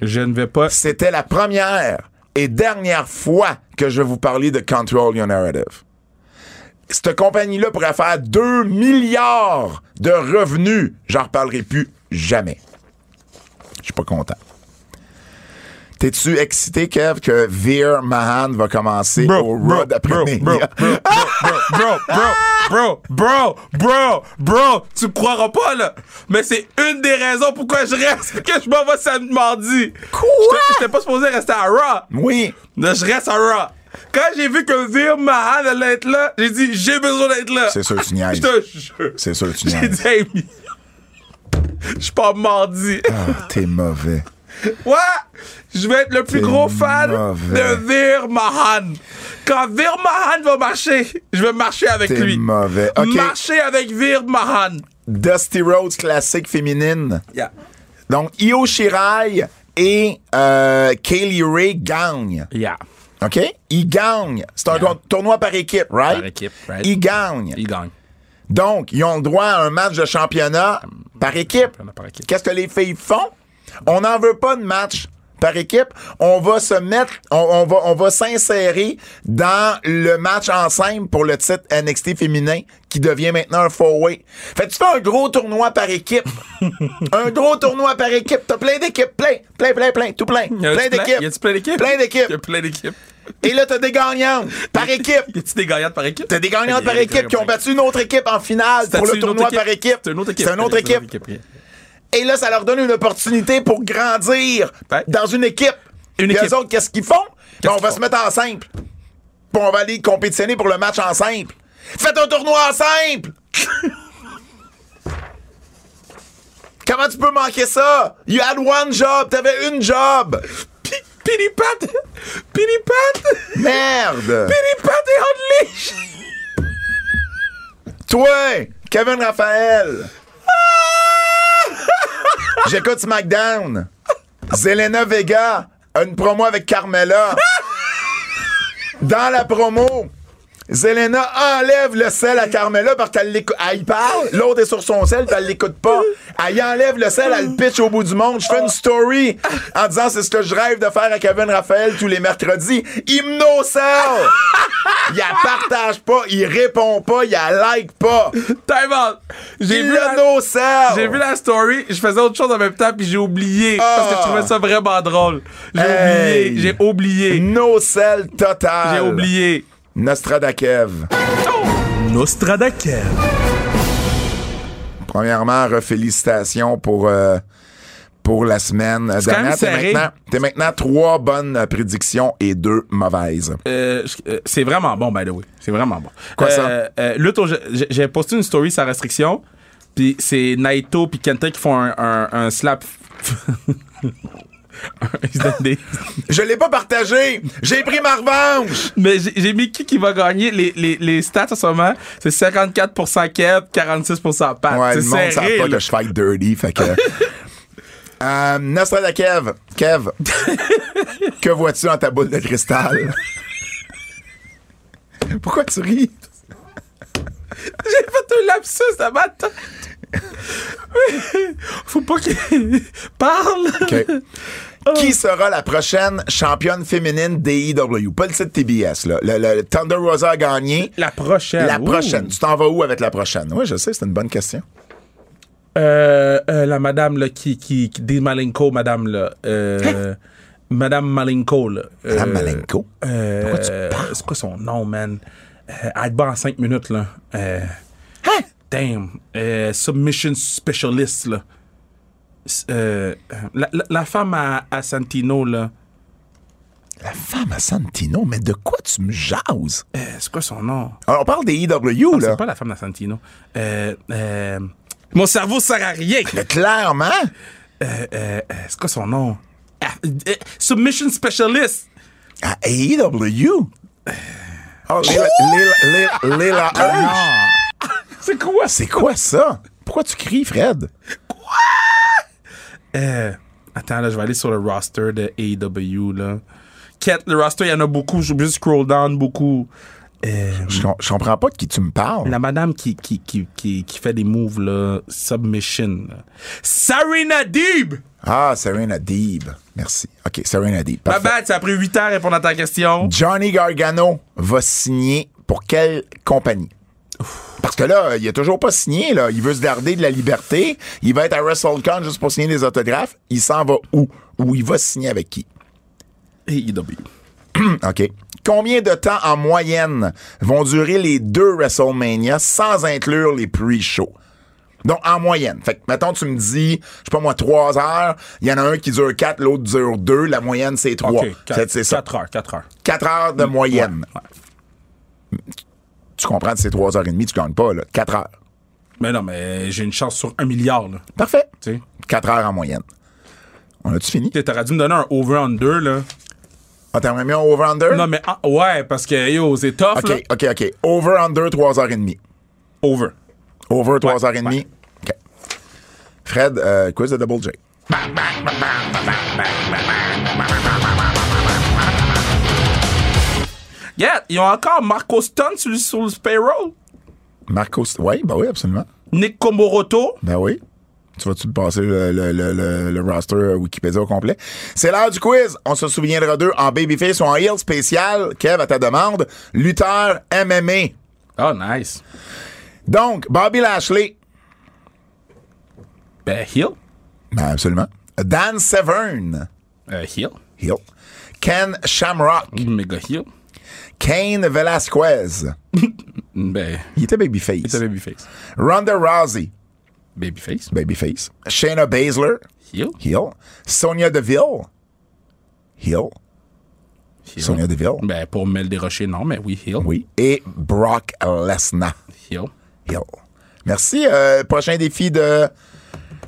Speaker 3: Je ne vais pas.
Speaker 2: C'était la première et dernière fois que je vous parlais de Control Your Narrative. Cette compagnie-là pourrait faire 2 milliards de revenus. J'en reparlerai plus jamais. Je suis pas content. T'es-tu excité, Kev, que Veer Mahan va commencer au Raw
Speaker 3: bro,
Speaker 2: d'après-midi?
Speaker 3: bro, bro, bro, bro, bro, bro, bro, bro, tu me croiras pas, là. Mais c'est une des raisons pourquoi je reste, que je m'en vais samedi mardi.
Speaker 2: Quoi?
Speaker 3: J'étais- J'étais pas supposé rester à Raw.
Speaker 2: Oui.
Speaker 3: Là, je reste à Raw. Quand j'ai vu que Vir Mahan allait être là, j'ai dit, j'ai besoin d'être là.
Speaker 2: C'est sûr que tu niaises.
Speaker 3: Je te jure.
Speaker 2: C'est sûr que tu
Speaker 3: J'ai
Speaker 2: niaises.
Speaker 3: dit, hey, mi- je pars mardi.
Speaker 2: Ah, t'es mauvais.
Speaker 3: Ouais, je vais être le plus
Speaker 2: T'es
Speaker 3: gros fan
Speaker 2: mauvais.
Speaker 3: de Vir Mahan. Quand Vir Mahan va marcher, je vais marcher avec
Speaker 2: T'es
Speaker 3: lui.
Speaker 2: mauvais. OK.
Speaker 3: Marcher avec Vir Mahan.
Speaker 2: Dusty Rhodes classique féminine.
Speaker 3: Yeah.
Speaker 2: Donc, Io Shirai et euh, Kaylee Ray gagnent.
Speaker 3: Yeah.
Speaker 2: OK? Ils gagnent. C'est un tour- tournoi par équipe, right?
Speaker 3: Par équipe, right.
Speaker 2: Ils gagnent.
Speaker 3: Il gagne.
Speaker 2: Donc, ils ont le droit à un match de championnat par équipe.
Speaker 3: championnat par équipe.
Speaker 2: Qu'est-ce que les filles font? On n'en veut pas de match par équipe. On va se mettre, on, on va, on va s'insérer dans le match ensemble pour le titre NXT féminin qui devient maintenant un four-way. Fait que tu fais un gros tournoi par équipe. un gros tournoi par équipe. T'as plein d'équipes, plein, plein, plein, plein, tout plein.
Speaker 3: Y a-tu
Speaker 2: Plein d'équipes.
Speaker 3: Y a-tu plein d'équipes?
Speaker 2: Plein d'équipes.
Speaker 3: Y a plein d'équipes.
Speaker 2: Et là, t'as des gagnantes par équipe.
Speaker 3: Y a-tu des gagnantes par équipe?
Speaker 2: T'as des gagnantes
Speaker 3: Y a
Speaker 2: par
Speaker 3: des
Speaker 2: équipe qui ont
Speaker 3: gagnantes par
Speaker 2: battu une autre équipe en finale
Speaker 3: équipe.
Speaker 2: pour le
Speaker 3: C'était-tu une
Speaker 2: tournoi
Speaker 3: autre
Speaker 2: par équipe.
Speaker 3: C'est une autre équipe.
Speaker 2: C'est une autre équipe. Et là, ça leur donne une opportunité pour grandir
Speaker 3: Ouais.
Speaker 2: dans une équipe.
Speaker 3: Une
Speaker 2: Puis
Speaker 3: équipe.
Speaker 2: eux autres, qu'est-ce qu'ils font? Ben, on
Speaker 3: qu'ils
Speaker 2: va
Speaker 3: font?
Speaker 2: se mettre en simple. Puis on va aller compétitionner pour le match en simple. Faites un tournoi en simple! Comment tu peux manquer ça? You had one job, t'avais une job!
Speaker 3: Pi- Pity Pat! Pity Pat!
Speaker 2: Merde!
Speaker 3: Pity Pat et Unleash!
Speaker 2: Toi, Kevin Raphaël. J'écoute SmackDown. Zelena Vega a une promo avec Carmela. Dans la promo, Zelena enlève le sel à Carmela parce qu'elle l'écoute. Elle y parle, l'autre est sur son sel, puis elle l'écoute pas. Elle y enlève le sel, elle le pitch au bout du monde. Je fais une story en disant c'est ce que je rêve de faire à Kevin Raphaël tous les mercredis. Hypnosel! Il la partage pas, il répond pas, il la like pas.
Speaker 3: Time out! J'ai
Speaker 2: Il
Speaker 3: vu
Speaker 2: le
Speaker 3: la...
Speaker 2: no-sell!
Speaker 3: J'ai vu la story, je faisais autre chose en même temps, puis j'ai oublié. Parce que je trouvais ça vraiment drôle. J'ai
Speaker 2: Ah. Hey.
Speaker 3: oublié, j'ai oublié,
Speaker 2: No-sell total.
Speaker 3: j'ai oublié.
Speaker 2: Nostradakev.
Speaker 3: Nostradakev.
Speaker 2: Premièrement, félicitations pour, euh, pour la semaine
Speaker 3: quand
Speaker 2: dernière.
Speaker 3: même
Speaker 2: T'es
Speaker 3: serré.
Speaker 2: maintenant, t'es maintenant trois bonnes euh, prédictions et deux mauvaises.
Speaker 3: Euh, je- euh, c'est vraiment bon, by the way. C'est vraiment bon.
Speaker 2: Quoi, ça?
Speaker 3: Euh, euh, lutte au- j'ai- J'ai posté une story sans restriction, puis c'est Naito puis Kenta qui font un, un- un slap. Ils se donnent des-
Speaker 2: Je l'ai pas partagé. J'ai pris ma revanche.
Speaker 3: Mais j'ai j'ai mis qui qui va gagner les, les, les stats en ce moment. C'est 54% Kev, 46% Pat.
Speaker 2: Ouais,
Speaker 3: Ah, c'est
Speaker 2: le monde
Speaker 3: serré,
Speaker 2: sait pas
Speaker 3: là.
Speaker 2: que je fight dirty, fait que... Euh, Nostradakev, Kev, que vois-tu dans ta boule de cristal? Pourquoi tu ris?
Speaker 3: J'ai fait un lapsus de ma tête. Faut pas qu'il parle.
Speaker 2: OK.
Speaker 3: Oh.
Speaker 2: Qui sera la prochaine championne féminine d'EIW? Pas le titre TBS, là. Le, le- le Thunder Rosa a gagné.
Speaker 3: La prochaine.
Speaker 2: La
Speaker 3: Euh, ouh.
Speaker 2: prochaine. Tu t'en vas où avec la prochaine? Oui, je sais, c'est une bonne question.
Speaker 3: Euh, euh, la madame là, qui, qui, qui dit Malenko, madame là. Euh, madame Malenko là. Euh,
Speaker 2: Hein? Madame Malenko?
Speaker 3: euh, C'est quoi son nom, man? Euh, elle bat en 5 minutes là. Euh,
Speaker 2: Hein?
Speaker 3: Damn. Euh, submission specialist là. S- euh, la, la- la femme à, à Santino là.
Speaker 2: La femme à Santino, mais de quoi tu me jases?
Speaker 3: Euh, c'est quoi son nom?
Speaker 2: Alors, on parle d'EIW, là.
Speaker 3: Ah, C'est pas la femme à Santino. Euh, euh, mon cerveau sert à rien.
Speaker 2: Mais clairement,
Speaker 3: Euh, euh, c'est quoi son nom? Ah, euh, submission specialist.
Speaker 2: à
Speaker 3: Euh.
Speaker 2: Ah, AEW. Oh, Lila, Lila, Lila, Lila Hirsch.
Speaker 3: Ah. C'est quoi?
Speaker 2: C'est quoi ça? Pourquoi tu cries, Fred?
Speaker 3: Euh, attends, là, je vais aller sur le roster de AEW, là. Quête, le roster, il y en a beaucoup. J'ai obligé de scroll down beaucoup. Euh,
Speaker 2: Je, com- je comprends pas de qui tu me parles.
Speaker 3: la madame qui, qui, qui, qui, qui fait des moves, là, submission, là. Sarina Deeb!
Speaker 2: Ah, Serena Deeb. Merci. OK, Serena Deeb.
Speaker 3: Ma
Speaker 2: Parfait.
Speaker 3: bad, ça a pris 8 ans à répondre à ta question.
Speaker 2: Johnny Gargano va signer pour quelle compagnie? Parce que là, il a toujours pas signé, là. Il veut se garder de la liberté. Il va être à WrestleCon juste pour signer des autographes. Il s'en va où? Ou il va signer avec qui?
Speaker 3: AEW.
Speaker 2: OK. Combien de temps en moyenne vont durer les deux WrestleMania sans inclure les pre-shows? Donc, en moyenne. Fait que, mettons, tu me dis, je sais pas moi, trois heures. Il y en a un qui dure quatre, l'autre dure deux. La moyenne, c'est trois.
Speaker 3: Ok,
Speaker 2: C'est- c'est ça.
Speaker 3: 4 heures, 4 heures.
Speaker 2: Quatre heures de moyenne.
Speaker 3: Ouais.
Speaker 2: Tu comprends que c'est trois heures et demie, tu gagnes pas, là. Quatre heures.
Speaker 3: Mais non, mais j'ai une chance sur un milliard, là.
Speaker 2: Parfait.
Speaker 3: Tu sais.
Speaker 2: Quatre heures en moyenne. On a-tu fini?
Speaker 3: T'sais, T'aurais dû me donner un over-under, là.
Speaker 2: Ah, t'aimerais mieux un over-under?
Speaker 3: Non, mais ah, ouais, parce que yo, c'est tough.
Speaker 2: OK,
Speaker 3: là.
Speaker 2: OK, OK. Over-under, trois heures et demie.
Speaker 3: Over.
Speaker 2: Over, trois
Speaker 3: Ouais,
Speaker 2: heures et demie. OK. Fred, euh, quiz de Double J.
Speaker 3: Yeah, ils ont encore Marco Stunt sur, le- sur le payroll.
Speaker 2: Marcos. Oui, bah oui, absolument.
Speaker 3: Nick Komoroto.
Speaker 2: Ben oui. Tu vas-tu me passer le, le- le- le- le roster euh, Wikipédia au complet? C'est l'heure du quiz. On se souviendra d'eux en babyface ou en heel spécial. Kev, à ta demande, lutteur MMA.
Speaker 3: Oh, nice.
Speaker 2: Donc, Bobby Lashley.
Speaker 3: Ben, Hill.
Speaker 2: Ben absolument. Dan Severn.
Speaker 3: Euh, Hill.
Speaker 2: Heel. Ken Shamrock.
Speaker 3: Mega Hill.
Speaker 2: Kane Velasquez.
Speaker 3: Ben,
Speaker 2: Il était babyface.
Speaker 3: c'est Babyface.
Speaker 2: Ronda Rousey.
Speaker 3: Babyface.
Speaker 2: Babyface. Shayna Baszler.
Speaker 3: Hill.
Speaker 2: Heel. Sonia Deville. Heel. Sonia Deville.
Speaker 3: Ben, pour Mel Desrochers, non, mais oui, Hill.
Speaker 2: Oui. Et Brock Lesnar.
Speaker 3: Hill.
Speaker 2: Yo. Merci. euh, prochain défi de.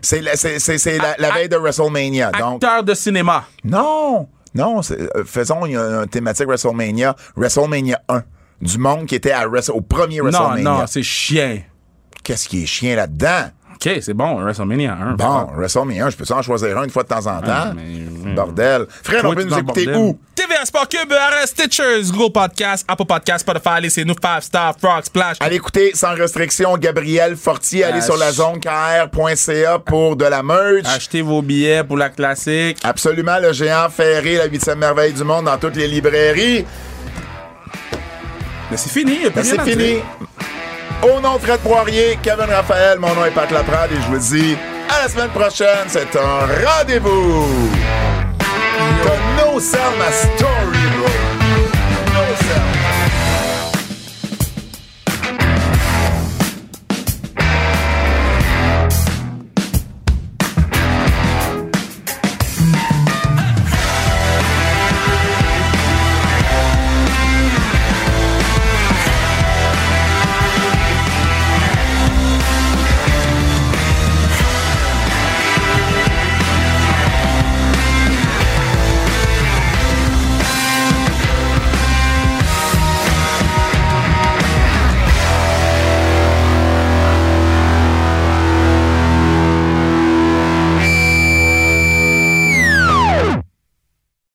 Speaker 2: C'est la, c'est- c'est- c'est la- la
Speaker 3: Ah,
Speaker 2: veille de WrestleMania. Donc,
Speaker 3: Acteur de cinéma.
Speaker 2: non, non. c'est- euh, faisons une, une thématique WrestleMania. WrestleMania 1. Du monde qui était à Wrestle- au premier
Speaker 3: Non,
Speaker 2: WrestleMania.
Speaker 3: non, c'est chien.
Speaker 2: Qu'est-ce qui est chien là-dedans?
Speaker 3: Ok, c'est bon, WrestleMania 1.
Speaker 2: Bon, WrestleMania 1, je peux en choisir un une fois de temps en temps.
Speaker 3: Ah. mais-
Speaker 2: Bordel. Frère, on peut nous écouter où?
Speaker 3: TVA Sport Cube, RS Stitchers, Google Podcast, Apple Podcast, Spotify, laissez-nous 5 stars, Frog Splash.
Speaker 2: Allez écouter sans restriction Gabriel Fortier. Allez
Speaker 3: Ah,
Speaker 2: sur la
Speaker 3: je- Ah,
Speaker 2: zone KR.ca pour de la merch.
Speaker 3: Achetez vos billets pour la classique.
Speaker 2: Absolument, le géant ferré, la huitième merveille du monde dans toutes les librairies.
Speaker 3: Mais c'est fini, il y a
Speaker 2: Ben,
Speaker 3: plus rien
Speaker 2: c'est
Speaker 3: à
Speaker 2: fini.
Speaker 3: dire.
Speaker 2: Au nom de Fred Poirier, Kevin Raphaël, mon nom est Pat Laprade et je vous dis à la semaine prochaine, c'est un rendez-vous de No Sell My Story, bro.